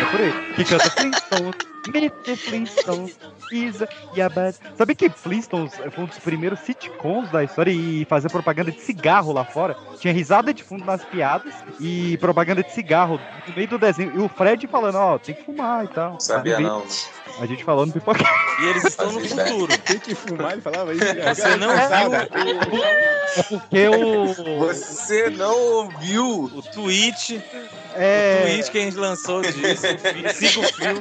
[SPEAKER 4] É por aí. Que canta Flintstones, Mr. Flintstones, Isa e a Bad. Sabia que Flintstones foi um dos primeiros sitcoms da história e fazia propaganda de cigarro lá fora? Tinha risada de fundo nas piadas e propaganda de cigarro no meio do desenho. E o Fred falando, ó, tem que fumar e tal.
[SPEAKER 3] Sabia
[SPEAKER 4] Mas
[SPEAKER 3] não, mano.
[SPEAKER 4] A gente falou no pipoca. [LAUGHS]
[SPEAKER 5] E eles estão no
[SPEAKER 3] Fazia ideia.
[SPEAKER 5] futuro.
[SPEAKER 7] Tem que fumar, ele falava isso. né?
[SPEAKER 5] Você não viu
[SPEAKER 4] É porque o.
[SPEAKER 3] [LAUGHS] Você não ouviu?
[SPEAKER 5] o tweet, o
[SPEAKER 4] É.
[SPEAKER 5] tweet que a gente lançou disso, o fi- siga o fio.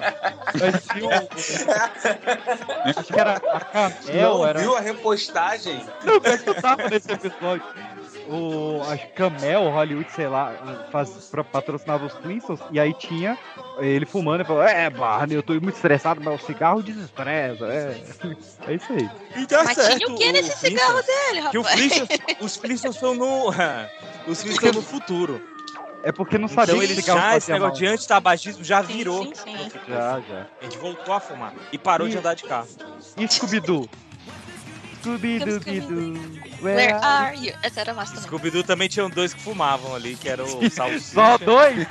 [SPEAKER 4] mas tinha um-
[SPEAKER 5] [LAUGHS]
[SPEAKER 4] Acho que era a Camel,
[SPEAKER 3] não
[SPEAKER 4] era.
[SPEAKER 3] viu a repostagem?
[SPEAKER 4] Eu tava nesse episódio. o acho que Camel, Hollywood, sei lá, faz, pra- patrocinava os Flintstones, e aí tinha ele fumando e falou, é, Barney, eu tô muito estressado, mas o cigarro desestressa, é. [LAUGHS] É isso aí.
[SPEAKER 5] Então
[SPEAKER 2] Mas
[SPEAKER 5] certo,
[SPEAKER 2] tinha o que nesse
[SPEAKER 5] Flintstone-
[SPEAKER 2] cigarro dele,
[SPEAKER 5] Que o
[SPEAKER 2] rapaz?
[SPEAKER 5] Flintstones, os Flintstones são no. [LAUGHS] os Flintstones são no futuro.
[SPEAKER 4] É porque não sabia
[SPEAKER 5] Então
[SPEAKER 4] que
[SPEAKER 5] ele
[SPEAKER 4] cigarro
[SPEAKER 5] já, esse
[SPEAKER 4] fazia mal.
[SPEAKER 5] negócio de antitabagismo já virou.
[SPEAKER 4] Já, já.
[SPEAKER 5] A gente voltou a fumar e parou
[SPEAKER 4] E-
[SPEAKER 5] de andar de carro.
[SPEAKER 4] E Scooby-Doo? Scooby-Doo,
[SPEAKER 2] Where are you? Essa era massa também.
[SPEAKER 5] Scooby-Doo também tinham dois que fumavam ali, que era o Salsicha.
[SPEAKER 7] [LAUGHS]
[SPEAKER 4] Só dois?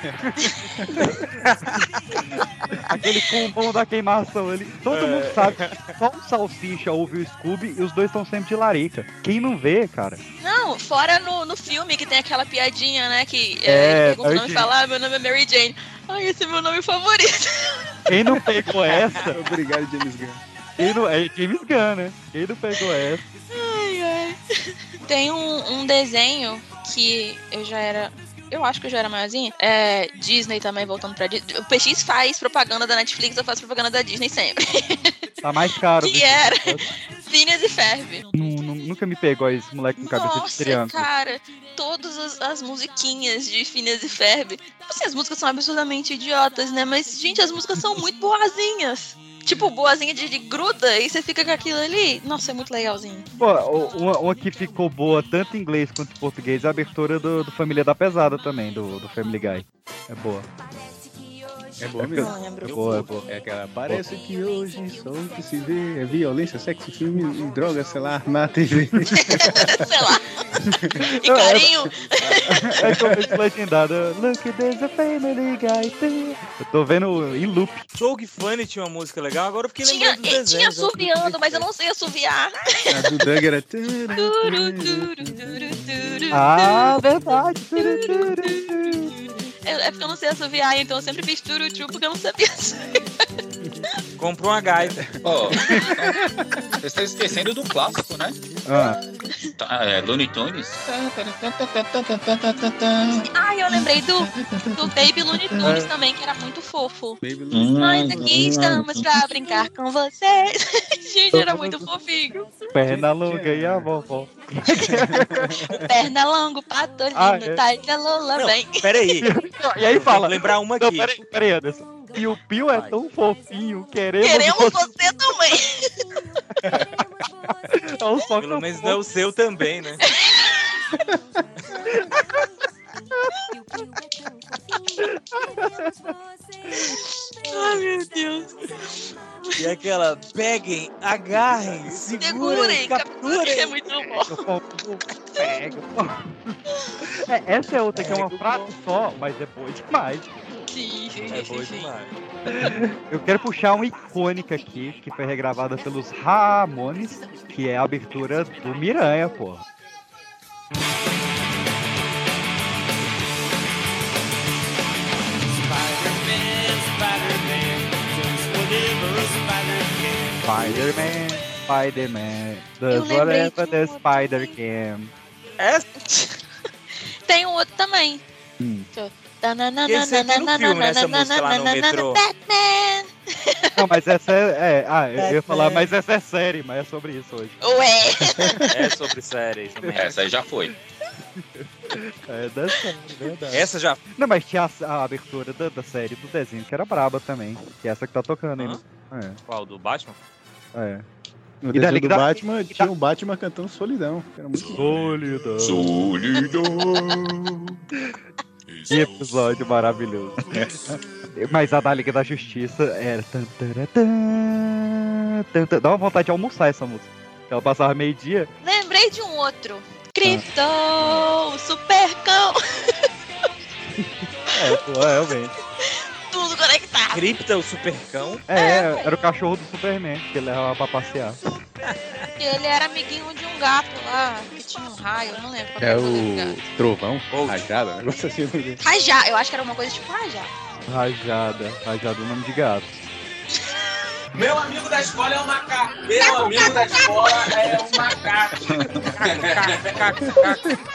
[SPEAKER 4] Aquele combão da queimação ali. Todo
[SPEAKER 5] É.
[SPEAKER 4] mundo sabe. que Só o Salsicha ouve o Scooby e os dois estão sempre de larica. Quem não vê, cara?
[SPEAKER 2] Não, fora no, no filme que tem aquela piadinha, né? Que
[SPEAKER 4] É,
[SPEAKER 2] é, ele pergunta o
[SPEAKER 4] Mary
[SPEAKER 2] nome e
[SPEAKER 4] Jane.
[SPEAKER 2] fala, ah, meu nome é Mary Jane. Ai, esse é meu nome favorito.
[SPEAKER 4] Quem não pegou essa?
[SPEAKER 7] [LAUGHS] Obrigado, James Gunn.
[SPEAKER 4] Quem não, é James Gunn, né? Quem não pegou essa?
[SPEAKER 2] Ai, ai. [LAUGHS] Tem um, um desenho que eu já era. Eu acho que eu já era maiorzinha. É, Disney também, voltando pra Disney. O PX faz propaganda da Netflix, eu faço propaganda da Disney sempre.
[SPEAKER 4] Tá mais caro.
[SPEAKER 2] [LAUGHS] que
[SPEAKER 4] bicho.
[SPEAKER 2] era [LAUGHS] Phineas e Ferb.
[SPEAKER 4] Nu- nu- nunca me pegou esse moleque com cabeça de
[SPEAKER 2] Nossa,
[SPEAKER 4] triângulo.
[SPEAKER 2] cara, todas as, as musiquinhas de Phineas e Ferb. Assim, as músicas são absurdamente idiotas, né? Mas, gente, as músicas são muito boazinhas. Tipo, boazinha de, de gruda e você fica com aquilo ali. Nossa, é muito legalzinho.
[SPEAKER 4] Pô, o- uma, uma que ficou boa tanto em inglês quanto em português é a abertura do, do Família da Pesada também, do, do Family Guy. É boa.
[SPEAKER 7] É bom
[SPEAKER 4] mesmo?
[SPEAKER 2] Não lembro. [LAUGHS]
[SPEAKER 4] É boa, é boa.
[SPEAKER 7] É aquela. Parece que hoje só o que se vê é violência, sexo, filme e droga, sei lá, na TV.
[SPEAKER 2] Sei
[SPEAKER 4] [LAUGHS]
[SPEAKER 2] lá. E
[SPEAKER 4] Não, é-
[SPEAKER 2] carinho.
[SPEAKER 4] É começo legendado. Look, there's a family guy too. Eu tô vendo em loop.
[SPEAKER 5] Dog Funny tinha uma música legal, agora eu fiquei
[SPEAKER 2] Tinha,
[SPEAKER 5] lembrando
[SPEAKER 2] e
[SPEAKER 5] dos desenhos. né?
[SPEAKER 2] tinha assoviando, mas eu
[SPEAKER 5] é.
[SPEAKER 2] não sei assoviar.
[SPEAKER 7] A do Doug era.
[SPEAKER 5] Hum. Ah,
[SPEAKER 2] Turu, turu, turu, turu,
[SPEAKER 4] Ah, verdade.
[SPEAKER 2] turu. É é porque eu não sei assoviar, então eu sempre fiz turu, turu, porque eu não sabia.
[SPEAKER 5] Comprou uma gaita.
[SPEAKER 11] Ó, [LAUGHS] vocês estão esquecendo do clássico, né?
[SPEAKER 4] Ah,
[SPEAKER 11] Tá, é, Looney Tunes.
[SPEAKER 2] Ah, eu lembrei do, do Baby Looney
[SPEAKER 5] É.
[SPEAKER 2] Tunes também, que era muito fofo.
[SPEAKER 7] Baby Lu-
[SPEAKER 11] Hum,
[SPEAKER 2] Nós aqui estamos pra brincar com vocês. [LAUGHS] Gente, era muito fofinho.
[SPEAKER 4] perna longa e a vovó.
[SPEAKER 2] Perna longa, pato lindo,
[SPEAKER 4] Ah, é.
[SPEAKER 2] tá da Lola,
[SPEAKER 5] Não,
[SPEAKER 2] vem.
[SPEAKER 5] Peraí,
[SPEAKER 4] E aí
[SPEAKER 5] fala.
[SPEAKER 4] fala.
[SPEAKER 5] lembrar uma
[SPEAKER 4] Não,
[SPEAKER 5] aqui.
[SPEAKER 4] peraí, peraí, Anderson. Pio Pio é tão fofinho, queremos.
[SPEAKER 2] Queremos você também.
[SPEAKER 4] É um só
[SPEAKER 5] Pelo menos
[SPEAKER 4] que
[SPEAKER 5] não é o seu também, né?
[SPEAKER 2] Ai, meu Deus.
[SPEAKER 5] E aquela, peguem, agarrem, [LAUGHS] segurem,
[SPEAKER 2] Segurem, capturem. É
[SPEAKER 5] capturem.
[SPEAKER 2] muito bom.
[SPEAKER 4] Pega. É, essa é outra que é uma frase só, mas é boa demais.
[SPEAKER 2] Sim,
[SPEAKER 5] É
[SPEAKER 2] sim,
[SPEAKER 5] boa
[SPEAKER 2] sim, sim.
[SPEAKER 5] demais.
[SPEAKER 4] Eu quero puxar uma icônica aqui, que foi regravada pelos Ramones, que é a abertura do Miranha, pô. Spider-Man, Spider-Man,
[SPEAKER 2] Eu
[SPEAKER 4] does
[SPEAKER 2] lembrei
[SPEAKER 4] whatever
[SPEAKER 2] de
[SPEAKER 4] the
[SPEAKER 2] uma também.
[SPEAKER 4] spider can.
[SPEAKER 5] Essa
[SPEAKER 2] É? Tem um outro também.
[SPEAKER 4] Hum.
[SPEAKER 5] Esse aqui no filme, né, essa música lá no metrô.
[SPEAKER 2] Batman.
[SPEAKER 4] Não, mas essa é, é, ah, eu ia falar,
[SPEAKER 5] Batman.
[SPEAKER 4] mas essa é série, mas é sobre isso hoje.
[SPEAKER 5] [LAUGHS]
[SPEAKER 2] Ué.
[SPEAKER 5] é sobre séries também.
[SPEAKER 11] Essa aí já foi.
[SPEAKER 4] [LAUGHS] É da série, verdade.
[SPEAKER 5] Essa já
[SPEAKER 4] Não, mas tinha a, a abertura da, da série do desenho que era braba também. Que é essa que tá tocando aí.
[SPEAKER 5] Hã?
[SPEAKER 4] no-
[SPEAKER 5] qual? Do Batman?
[SPEAKER 4] É, é.
[SPEAKER 7] No
[SPEAKER 4] E
[SPEAKER 7] desenho
[SPEAKER 4] da
[SPEAKER 7] do
[SPEAKER 4] Liga da-
[SPEAKER 7] Batman, tinha o Batman cantando Solidão. que Era muito bom.
[SPEAKER 4] Solidão.
[SPEAKER 11] Solidão.
[SPEAKER 4] Que episódio maravilhoso. mas a da Liga da Justiça era. tan, tará, tan, tan, tan. Dá uma vontade de almoçar essa música. Ela passava meio-dia.
[SPEAKER 2] Lembrei de um
[SPEAKER 5] Ah.
[SPEAKER 2] outro. Krypton, Supercão,
[SPEAKER 4] É, pô, é, realmente.
[SPEAKER 2] tudo conectado.
[SPEAKER 5] Cripta, o Supercão.
[SPEAKER 4] É, é, era o cachorro do Superman que ele levava pra passear.
[SPEAKER 2] Ele era amiguinho de um gato lá, que tinha um raio, eu não lembro. qual
[SPEAKER 7] É
[SPEAKER 2] era nome do gato.
[SPEAKER 7] o Trovão,
[SPEAKER 5] Gold.
[SPEAKER 11] Ah,
[SPEAKER 7] Rajada, um negócio assim.
[SPEAKER 2] Rajá, eu acho que era uma coisa tipo Rajá.
[SPEAKER 4] Rajada. Rajada é o nome de gato.
[SPEAKER 3] Meu amigo da escola é um macaco. Meu amigo da escola é um macaco.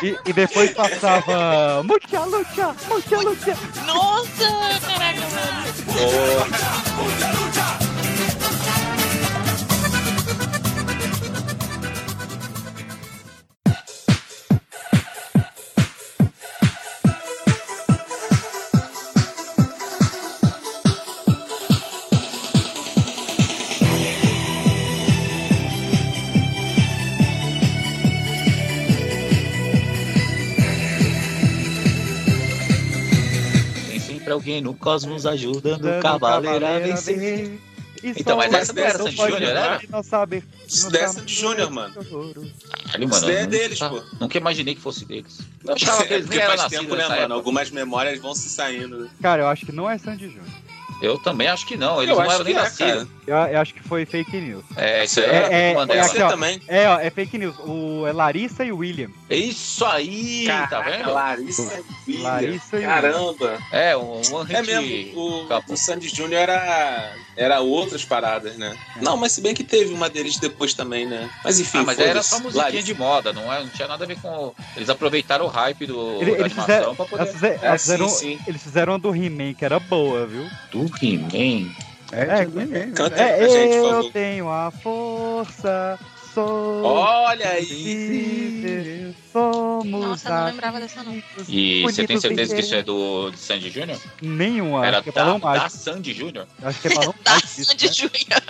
[SPEAKER 4] E, e depois passava. Mucha lucha, mucha lucha.
[SPEAKER 2] Nossa, caraca, mano.
[SPEAKER 11] alguém no cosmos ajudando o cavaleiro a vencer. Então, mas essa não era Sandy Júnior, né? era?
[SPEAKER 4] Não sabe.
[SPEAKER 3] Isso daí é Sandy Júnior, mano.
[SPEAKER 11] Caralho,
[SPEAKER 3] Isso
[SPEAKER 11] mano,
[SPEAKER 3] daí
[SPEAKER 11] eu
[SPEAKER 3] é
[SPEAKER 11] nunca-
[SPEAKER 3] deles, pô.
[SPEAKER 11] Nunca imaginei que fosse deles. Eu
[SPEAKER 3] Não,
[SPEAKER 11] achava que
[SPEAKER 3] é [LAUGHS]
[SPEAKER 11] eles
[SPEAKER 3] porque
[SPEAKER 11] nem eram
[SPEAKER 3] faz
[SPEAKER 11] nascidos
[SPEAKER 3] tempo, né,
[SPEAKER 11] nessa
[SPEAKER 3] mano?
[SPEAKER 11] época.
[SPEAKER 3] Algumas memórias vão se saindo.
[SPEAKER 4] Cara, eu acho que não é Sandy Júnior.
[SPEAKER 11] Eu também acho que não, eles
[SPEAKER 3] Eu
[SPEAKER 11] não
[SPEAKER 3] acho
[SPEAKER 11] eram nem
[SPEAKER 3] que é,
[SPEAKER 11] nascidos.
[SPEAKER 4] Eu, eu acho que foi fake news.
[SPEAKER 11] É, isso aí
[SPEAKER 4] É, é,
[SPEAKER 11] mano,
[SPEAKER 4] é,
[SPEAKER 11] ela-
[SPEAKER 4] aqui, ó. é, ó, é fake news. O, é Larissa e William.
[SPEAKER 11] É Isso aí, tá
[SPEAKER 3] Caraca,
[SPEAKER 11] vendo?
[SPEAKER 3] Larissa é Filha.
[SPEAKER 4] Larissa e
[SPEAKER 3] Caramba.
[SPEAKER 11] É, um one hit.
[SPEAKER 3] É mesmo, o, o Sandy Júnior era, era outras paradas, né? Não, mas se bem que teve uma deles depois também, né? Mas enfim,
[SPEAKER 11] ah, mas era
[SPEAKER 3] foda-se.
[SPEAKER 11] só musiquinha
[SPEAKER 3] Larissa.
[SPEAKER 11] de moda, não, é, não tinha nada a ver com. Eles aproveitaram o hype do,
[SPEAKER 4] Ele-
[SPEAKER 11] da
[SPEAKER 4] eles,
[SPEAKER 11] animação
[SPEAKER 4] fizeram,
[SPEAKER 11] pra poder.
[SPEAKER 4] elas fizeram- elas fizeram- um- eles fizeram a do He-Man, que era boa, viu?
[SPEAKER 11] Do He-Man?
[SPEAKER 4] É,
[SPEAKER 7] do He-Man.
[SPEAKER 3] Canta aí
[SPEAKER 4] É,
[SPEAKER 3] pra gente, por
[SPEAKER 4] eu
[SPEAKER 3] favor.
[SPEAKER 4] tenho a força, sou.
[SPEAKER 3] Olha aí.
[SPEAKER 4] invencível, Somos
[SPEAKER 2] Nossa, não
[SPEAKER 4] a-
[SPEAKER 2] lembrava dessa não.
[SPEAKER 11] E você tem
[SPEAKER 4] Bonito
[SPEAKER 11] certeza
[SPEAKER 4] sem
[SPEAKER 11] que isso é do de Sandy Júnior?
[SPEAKER 4] Nenhuma.
[SPEAKER 11] Era
[SPEAKER 4] acho que é
[SPEAKER 11] da,
[SPEAKER 4] balão
[SPEAKER 11] da
[SPEAKER 4] mágico.
[SPEAKER 11] Sandy Júnior?
[SPEAKER 4] Acho
[SPEAKER 11] [LAUGHS]
[SPEAKER 4] que é balão
[SPEAKER 5] né?
[SPEAKER 2] Da
[SPEAKER 4] mágico. isso,
[SPEAKER 2] Sandy Júnior.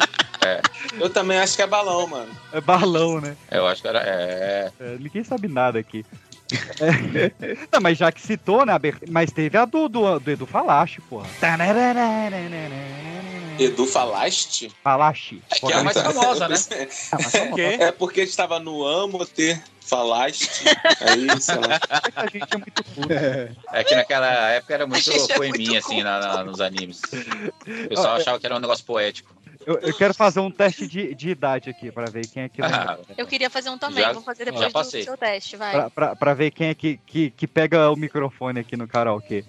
[SPEAKER 11] É,
[SPEAKER 3] Eu também acho que é balão, mano.
[SPEAKER 4] É balão, né?
[SPEAKER 11] eu acho que era. É.
[SPEAKER 4] É, ninguém sabe nada aqui. É. Não, mas já que citou, né? abertura- Mas teve a do, do, do Edu Falache, porra.
[SPEAKER 3] Edu Falaste?
[SPEAKER 4] Falache.
[SPEAKER 3] Que é a mais
[SPEAKER 11] famosa, né?
[SPEAKER 3] É porque estava no Amo Ter Falaste. É né? Aí, sei lá.
[SPEAKER 4] A gente é muito puto.
[SPEAKER 11] É que naquela época era muito
[SPEAKER 2] A gente é muito
[SPEAKER 11] poeminha, assim, na- na- nos animes. O pessoal
[SPEAKER 4] Ó, é-
[SPEAKER 11] achava que era um negócio poético.
[SPEAKER 4] Eu, eu quero fazer um teste de, de idade aqui, pra ver quem é que.
[SPEAKER 11] Ah,
[SPEAKER 2] Eu queria fazer um também,
[SPEAKER 11] Já-
[SPEAKER 2] vou fazer
[SPEAKER 11] já
[SPEAKER 2] depois do
[SPEAKER 11] passei.
[SPEAKER 2] seu teste, vai.
[SPEAKER 4] Pra, pra, pra ver quem é que, que, que pega o microfone aqui no karaokê.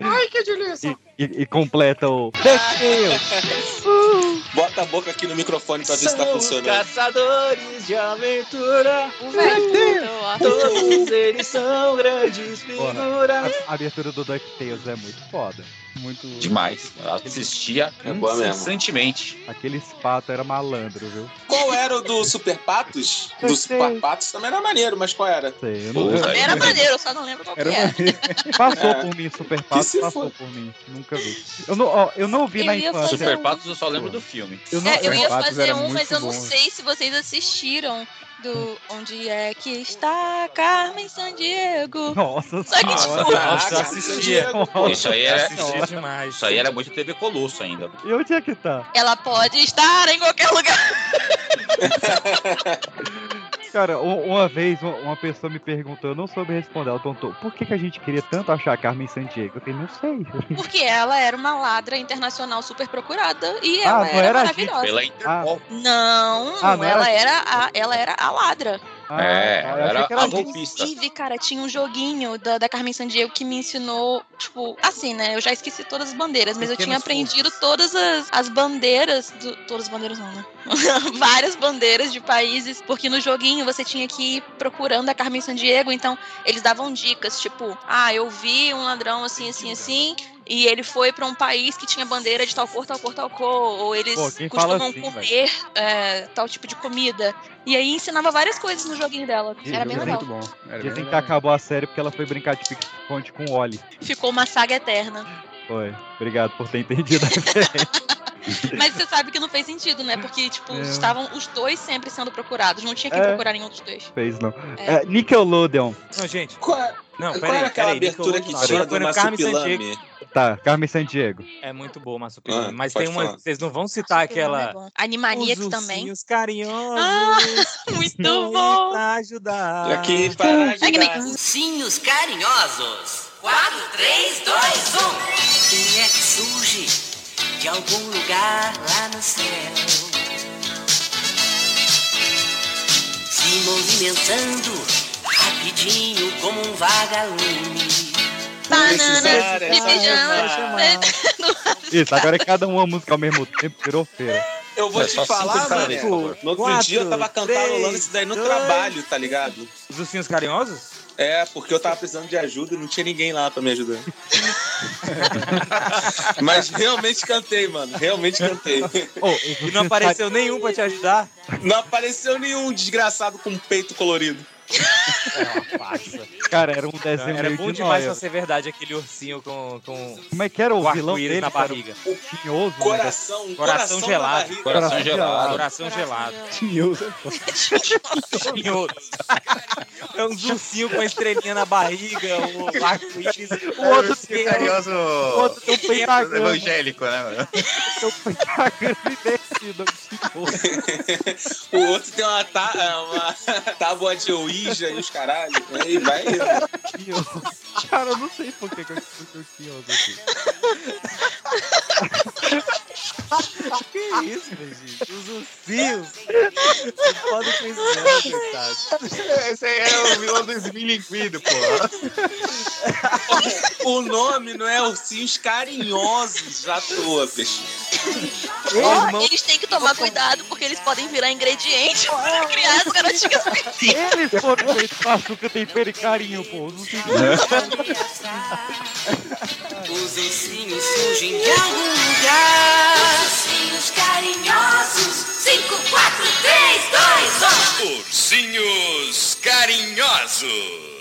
[SPEAKER 2] Ai, que delícia.
[SPEAKER 4] E, e, e completa o. Deixa eu!
[SPEAKER 3] Bota a boca aqui no microfone pra ver se tá
[SPEAKER 11] um
[SPEAKER 3] funcionando.
[SPEAKER 11] caçadores de aventura,
[SPEAKER 5] [LAUGHS]
[SPEAKER 11] todos eles são grandes figuras.
[SPEAKER 4] A abertura do DuckTales é muito foda. Muito.
[SPEAKER 11] Demais. Eu assistia
[SPEAKER 3] É boa mesmo.
[SPEAKER 11] incessantemente.
[SPEAKER 4] Aquele espato era malandro, viu?
[SPEAKER 3] Qual era o do Super Patos?
[SPEAKER 4] Eu
[SPEAKER 3] Do
[SPEAKER 4] sei.
[SPEAKER 3] Super Patos também era maneiro, mas qual era?
[SPEAKER 4] Sei, eu
[SPEAKER 11] Pô,
[SPEAKER 4] não- eu-
[SPEAKER 11] velho.
[SPEAKER 2] Era maneiro, eu só não lembro qual que
[SPEAKER 7] Era
[SPEAKER 2] era.
[SPEAKER 7] uma...
[SPEAKER 4] [LAUGHS] Passou
[SPEAKER 3] É.
[SPEAKER 4] por mim, Super
[SPEAKER 3] Que
[SPEAKER 4] Pato
[SPEAKER 3] se
[SPEAKER 4] passou por mim. Nunca vi. Eu não, ó, eu não vi
[SPEAKER 2] Eu
[SPEAKER 4] na
[SPEAKER 2] ia
[SPEAKER 4] infância.
[SPEAKER 2] fazer um-
[SPEAKER 11] Super Patos eu só lembro do filme.
[SPEAKER 7] Eu não-
[SPEAKER 2] É, eu
[SPEAKER 7] os
[SPEAKER 2] ia
[SPEAKER 7] fatos
[SPEAKER 2] fazer
[SPEAKER 7] eram
[SPEAKER 2] um,
[SPEAKER 7] muito
[SPEAKER 2] mas eu não
[SPEAKER 7] bons.
[SPEAKER 2] sei se vocês assistiram do Onde é que está Carmen Sandiego.
[SPEAKER 4] Nossa
[SPEAKER 2] Só que,
[SPEAKER 4] senhora.
[SPEAKER 2] tipo,
[SPEAKER 5] Nossa, assistia.
[SPEAKER 4] Nossa,
[SPEAKER 11] Isso aí era,
[SPEAKER 5] Assistia é demais.
[SPEAKER 11] isso aí era muito TV Colosso ainda.
[SPEAKER 2] um-
[SPEAKER 4] E onde é que tá?
[SPEAKER 2] Ela pode estar em qualquer lugar. [LAUGHS]
[SPEAKER 4] Cara, u- uma vez uma- uma pessoa me perguntou, eu não soube responder. Ela perguntou, por que, que a gente queria tanto achar a Carmen Sandiego? Eu falei, não sei.
[SPEAKER 2] Porque ela era uma ladra internacional super procurada e
[SPEAKER 4] Ah,
[SPEAKER 2] ela
[SPEAKER 4] não
[SPEAKER 2] era,
[SPEAKER 4] era a
[SPEAKER 2] maravilhosa.
[SPEAKER 11] Pela Interpol.
[SPEAKER 2] Não,
[SPEAKER 4] Ah, não
[SPEAKER 2] ela, era a, ela era a ladra.
[SPEAKER 4] Ah,
[SPEAKER 11] é,
[SPEAKER 4] tá, eu
[SPEAKER 11] ela
[SPEAKER 4] achei
[SPEAKER 11] era
[SPEAKER 4] que
[SPEAKER 11] a
[SPEAKER 4] era isso.
[SPEAKER 11] golpista.
[SPEAKER 2] Inclusive, cara, tinha um joguinho da, da Carmen Sandiego que me ensinou, tipo, assim, né? Eu já esqueci todas as bandeiras, mas eu tinha
[SPEAKER 4] Pequenos
[SPEAKER 2] aprendido todas as, as bandeiras. Do, todas as bandeiras não, né? [LAUGHS] Várias bandeiras de países, porque no joguinho você tinha que ir procurando a Carmen Sandiego, então eles davam dicas, tipo, ah, eu vi um ladrão assim, assim, assim. E ele foi pra um país que tinha bandeira de tal cor, tal cor, tal cor. Ou eles
[SPEAKER 4] Pô, quem fala
[SPEAKER 2] costumam
[SPEAKER 4] assim,
[SPEAKER 2] comer é, tal tipo de comida. E aí ensinava várias coisas no joguinho dela.
[SPEAKER 7] Esse
[SPEAKER 2] Era
[SPEAKER 7] jogo
[SPEAKER 2] bem
[SPEAKER 7] é
[SPEAKER 2] legal.
[SPEAKER 7] muito bom. Era bem
[SPEAKER 4] Dizem que
[SPEAKER 7] legal.
[SPEAKER 4] acabou a série porque ela foi brincar de pique-ponte com o Oli.
[SPEAKER 2] Ficou uma saga eterna.
[SPEAKER 4] Foi. Obrigado por ter [LAUGHS] entendido.
[SPEAKER 2] Mas você sabe que não fez sentido, né? Porque, tipo,
[SPEAKER 4] É.
[SPEAKER 2] estavam os dois sempre sendo procurados. Não tinha que
[SPEAKER 4] É.
[SPEAKER 2] procurar nenhum dos dois.
[SPEAKER 4] Fez, não.
[SPEAKER 2] É.
[SPEAKER 4] É, Nickelodeon.
[SPEAKER 5] Não, gente.
[SPEAKER 3] Qual, é-
[SPEAKER 5] Não,
[SPEAKER 3] qual
[SPEAKER 5] peraí.
[SPEAKER 3] era aquela
[SPEAKER 5] peraí,
[SPEAKER 3] abertura
[SPEAKER 5] Nickelodeon
[SPEAKER 3] que
[SPEAKER 5] não,
[SPEAKER 3] tinha
[SPEAKER 5] foi
[SPEAKER 3] do
[SPEAKER 5] no Carmen Sandiego.
[SPEAKER 3] Massupilame?
[SPEAKER 4] Tá, Carmen Sandiego.
[SPEAKER 5] É muito boa, mas
[SPEAKER 3] Ah,
[SPEAKER 5] Mas
[SPEAKER 3] pode
[SPEAKER 5] tem uma.
[SPEAKER 3] falar.
[SPEAKER 5] Vocês não vão citar
[SPEAKER 2] É
[SPEAKER 5] aquela.
[SPEAKER 2] bom. Animaniacs
[SPEAKER 5] Os
[SPEAKER 2] também. Ah,
[SPEAKER 5] ursinhos carinhosos.
[SPEAKER 2] [LAUGHS] Muito
[SPEAKER 5] vêm
[SPEAKER 2] bom.
[SPEAKER 5] pra ajudar.
[SPEAKER 3] Já que para
[SPEAKER 2] É que nem-
[SPEAKER 3] ajudar.
[SPEAKER 12] Ursinhos carinhosos. 4, 3, 2, 1. Quem é que surge de algum lugar lá no céu? Se movimentando rapidinho como um vagalume.
[SPEAKER 2] Bananas,
[SPEAKER 3] Precisar,
[SPEAKER 2] me beijando.
[SPEAKER 4] Isso, agora é cada uma música ao mesmo tempo, virou feira.
[SPEAKER 3] Eu vou
[SPEAKER 11] É, só
[SPEAKER 3] te
[SPEAKER 11] cinco
[SPEAKER 3] falar,
[SPEAKER 11] cada
[SPEAKER 3] mano.
[SPEAKER 11] vez,
[SPEAKER 5] por favor.
[SPEAKER 3] No outro
[SPEAKER 5] Quatro,
[SPEAKER 3] dia eu tava cantarolando
[SPEAKER 5] três,
[SPEAKER 3] isso daí no
[SPEAKER 5] dois.
[SPEAKER 3] trabalho, tá ligado?
[SPEAKER 5] Os ursinhos carinhosos?
[SPEAKER 3] É, porque eu tava precisando de ajuda e não tinha ninguém lá pra me
[SPEAKER 5] [LAUGHS]
[SPEAKER 3] ajudar. Mas realmente cantei, mano. Realmente cantei.
[SPEAKER 4] Oh, os
[SPEAKER 5] E [LAUGHS] não
[SPEAKER 4] ursinhos
[SPEAKER 5] apareceu nenhum pra te ajudar?
[SPEAKER 3] Não apareceu nenhum desgraçado com peito colorido.
[SPEAKER 4] Cara, era um desenho
[SPEAKER 5] É Era
[SPEAKER 4] meio
[SPEAKER 5] bom
[SPEAKER 4] de
[SPEAKER 5] demais pra
[SPEAKER 4] nóia.
[SPEAKER 5] ser verdade aquele ursinho com. com...
[SPEAKER 4] Como é que era o,
[SPEAKER 5] com
[SPEAKER 4] vilão
[SPEAKER 5] arco-íris
[SPEAKER 4] dele?
[SPEAKER 5] na
[SPEAKER 4] cara?
[SPEAKER 5] barriga.
[SPEAKER 4] O tinhoso. né?
[SPEAKER 5] Coração, coração
[SPEAKER 4] na
[SPEAKER 5] gelado.
[SPEAKER 4] barriga. Coração gelado.
[SPEAKER 5] Coração gelado.
[SPEAKER 7] Tinhoso.
[SPEAKER 5] Tinhoso. É um ursinho com a estrelinha na barriga,
[SPEAKER 13] [LAUGHS]
[SPEAKER 5] o arco-íris.
[SPEAKER 13] O outro carinhoso
[SPEAKER 5] O outro tem um pentagrama.
[SPEAKER 13] evangélico, né, mano?
[SPEAKER 3] o outro tem uma, tá, uma [LAUGHS] tábua de Ouija e os caralho. Aí vai.
[SPEAKER 4] Cara, eu não sei por que, que eu escutei o tinhoso aqui.
[SPEAKER 5] que isso, meu gente? Os ursinhos. Não podem com isso, não, coitado.
[SPEAKER 13] Esse aí é o vilão do Smilinguido, pô.
[SPEAKER 3] O nome não é ursinhos carinhosos, já toa, peixe.
[SPEAKER 2] Ó, eles têm que tomar cuidado porque eles podem virar ingrediente para criar as garotinhas
[SPEAKER 4] Eles foram feitos com açúcar, tempero e carinho, pô. Não tem
[SPEAKER 12] Os ursinhos surgem de algum lugar.
[SPEAKER 9] Ursinhos carinhosos. 5, 4, 3, 2, 1.
[SPEAKER 14] Ursinhos carinhosos.